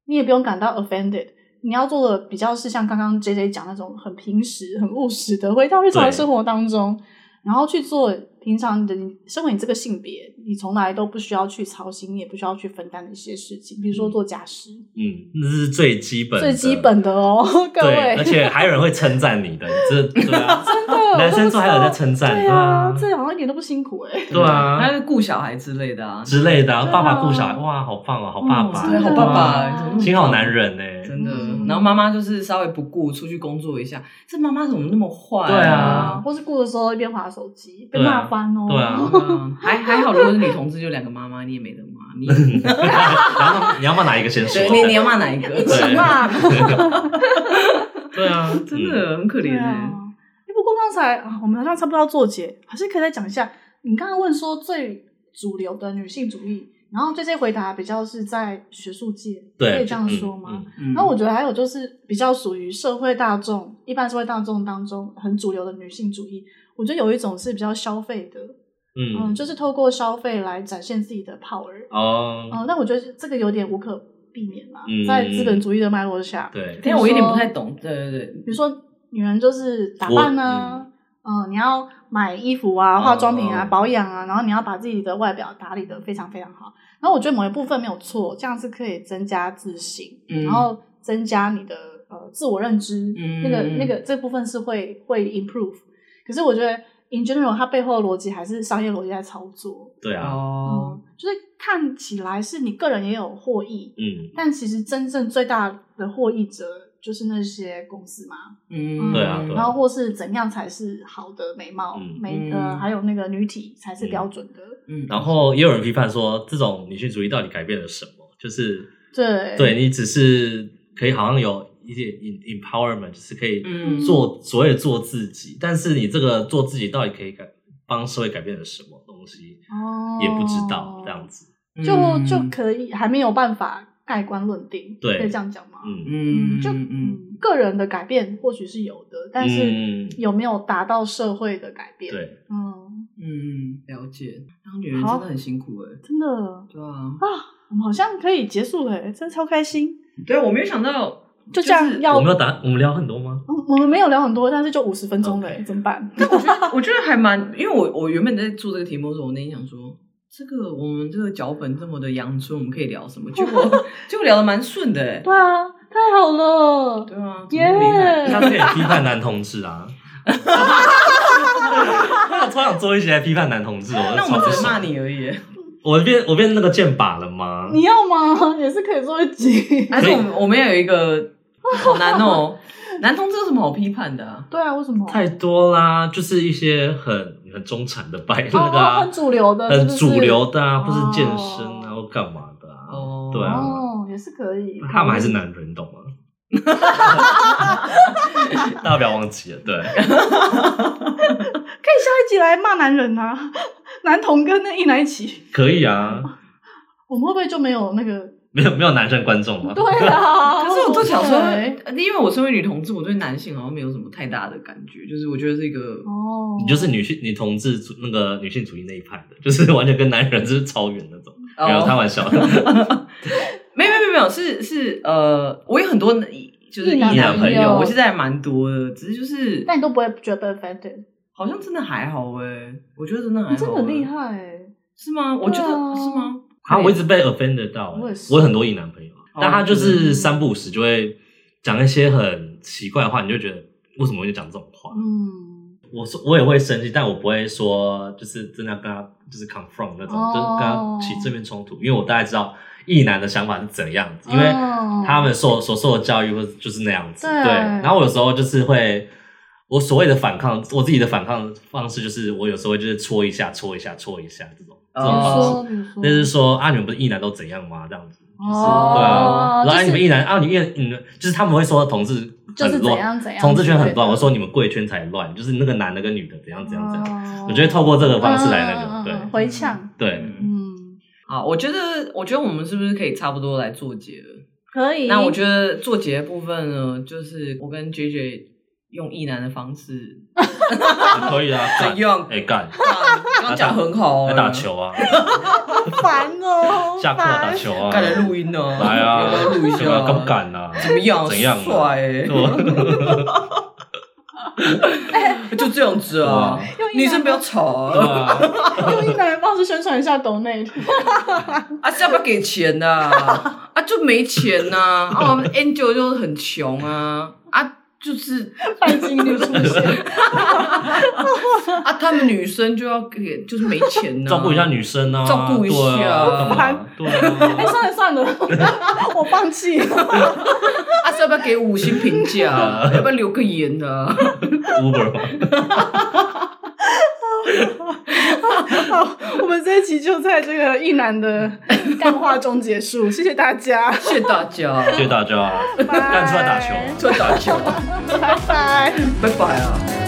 你也不用感到 offended。你要做的比较是像刚刚 J J 讲那种很平时、很务实的，回到日常的对生活当中，然后去做平常的你。身为你这个性别，你从来都不需要去操心，你也不需要去分担的一些事情，比如说做家事，嗯，那是最基本的最基本的哦， [laughs] 各对，位而。且还有人会称赞你的，你这对 [laughs] 啊，真的， [laughs] 男生做还有人在在称赞，对对啊啊，这好像一点都不辛苦哎、对啊还有顾小孩之类的啊，之类的啊，对啊爸爸顾小孩，哇，好棒哦，好爸爸，嗯对，真的好爸爸，挺好男，人哎，真的嗯。然后妈妈就是稍微不顾，出去工作一下，这妈妈怎么那么坏？对啊啊，或是顾的时候一边划手机，被对啊骂翻哦。对啊嗯还还好，如果是女同志，就两个妈妈，你也没得骂。你 [laughs] 然后你要骂哪一个先说对？你你要骂哪一个？一起 [laughs] 骂。对啊，真嗯的很可对怜啊哎。诶不过刚才啊，我们好像差不多要做结，还是可以再讲一下。你刚刚问说最主流的女性主义，然后这些回答比较是在学术界，对，可以这样嗯说吗？？嗯嗯然后我觉得还有就是比较属于社会大众、一般社会大众当中很主流的女性主义，我觉得有一种是比较消费的，嗯，嗯，就是透过消费来展现自己的 power，哦，嗯，但我觉得这个有点无可避免啦，嗯在资本主义的脉络下，对，等一下我有点不太懂。对对对，比如说女人就是打扮啊，嗯、你要买衣服啊、哦化妆品啊、哦保养啊，然后你要把自己的外表打理的非常非常好。然后我觉得某一部分没有错，这样是可以增加自信，嗯然后增加你的呃自我认知，嗯那个那个这部分是会会 improve。可是我觉得 in general 它背后的逻辑还是商业逻辑在操作，对啊，哦嗯，就是看起来是你个人也有获益，嗯，但其实真正最大的获益者就是那些公司嘛，嗯，对啊对然后或是怎样才是好的美貌、嗯美嗯呃，还有那个女体才是标准的。嗯然后也有人批判说，这种女性主义到底改变了什么？就是对对你只是可以好像有一点 em- empowerment，就是可以嗯做所谓的做自己，但是你这个做自己到底可以改帮社会改变了什么东西，哦，也不知道这样子。嗯就就可以还没有办法盖棺论定，对可以这样讲吗？嗯，嗯就嗯嗯，个人的改变或许是有的，但是嗯有没有达到社会的改变？，对，嗯，嗯了解。然后女人真好的很辛苦哎。真的。对啊，我们好像可以结束了欸，真的超开心。对啊，我没有想到，就这样是要我们有答，我们聊很多吗？我我们没有聊很多，但是就五十分钟了欸， OK 怎么办？我觉得还蛮，因为我我原本在做这个题目的时候，我内心想说，这个我们这个脚本这么的阳春，我们可以聊什么？结果 [laughs] 结果聊的蛮顺的、欸， [laughs] 对啊，太好了。对啊，耶怎么那么厉害他可以批判男同志啊。我超想做一些批判男同志，我哦那我们超不只能爽骂你而 [laughs] 已、我变我变那个剑靶了吗？你要吗？ [laughs] 也是可以做一集。还是我们我们要有一个好难哦、男同志有什么好批判的、啊？ [laughs] 对啊，为什么？太多啦，就是一些很很中产的白那个哦，啊很，主流的，很是不主是流的啊，或是哦健身啊，或干嘛的啊，嗯哦对啊，哦，也是可以。 [laughs] 他们还是男人，懂吗？大家不要忘记了，对，可以下一集来骂男人啊， [laughs] 男同跟那一男一起，可以啊，我们会不会就没有那个？没有没有男生观众吗？对 [laughs] 啊，可是我都想说呃对，因为我身为女同志，我对男性好像没有什么太大的感觉，就是我觉得是一个哦，你就是女性女同志主那个女性主义那一派的，就是完全跟男人是超远那种，哦没有开玩笑的，呃 [laughs] 没有没有没有没有，是是呃，我有很多就是异异男男朋朋友友，我现在还蛮多的，只是就是但你都不会觉得 offended，好像真的还好哎、我觉得真的还好、你哦欸，真的很厉害欸，是吗？我觉得、对啊是吗？啊，我一直被 offend 到、欸，我我也是有很多异男朋友，啊哦但他就嗯是三不五时就会讲一些很奇怪的话，你就觉得为什么会讲这种话？嗯，我说我也会生气，但我不会说就是真的跟他就是 confront 那种，哦就是跟他起正面冲突，因为我大概知道异男的想法是怎样子，因为哦他们受所受的教育或者就是那样子。对对，然后我有时候就是会。我所谓的反抗，我自己的反抗方式就是，我有时候会就是戳一下、戳一下、戳一下这种这种你方式。说你说，哦就是说啊，你们不是异男都怎样吗？这样子，就是、哦对啊，然就是后、啊你们异男啊，你们你们就是他们会说同志就很是怎乱，样怎样，同志圈很乱。对我说你们贵圈才乱，就是那个男的跟女的怎样怎样怎样。样我觉得透过这个方式嗯来那个，对回呛，对， [laughs] 嗯，好，我觉得，我觉得我们是不是可以差不多来做结了？可以。那我觉得做结的部分呢，就是我跟 J J 用意男的方 [laughs] 式，可以啊， [laughs] 怎样哎干，啊刚刚讲很好、来欸，打，球啊，得烦哦，下课打烦球啊，干来录音 [laughs] 呢、来啊要不要录一，怎么下，敢不敢啊？怎么样？怎样啊帅、欸， [laughs] 就这样子啊对啊用，意男女生不要吵对啊，啊用一男的方式宣传一下抖 [laughs] 内，啊是要不要给钱呐、啊？啊就没钱呐、啊，啊我们 Angel 就很穷啊，啊就是拜金女出现，啊他们女生就要给，就是没钱呐、啊，照顾一下女生啊，照顾一下对啊干嘛对啊 [laughs] 哎，算了算了， [laughs] 我放弃，啊是要不要给五星评价、 [laughs] 啊？要不要留个言呐、啊？ ，Uber 嘛，好，我们这一集就在这个一男的干话中结束，谢谢大 [laughs] 家， [laughs] 谢谢大家， [laughs] 谢谢大家啊，拜干出来打球啊。出来打球，拜拜。拜拜啊。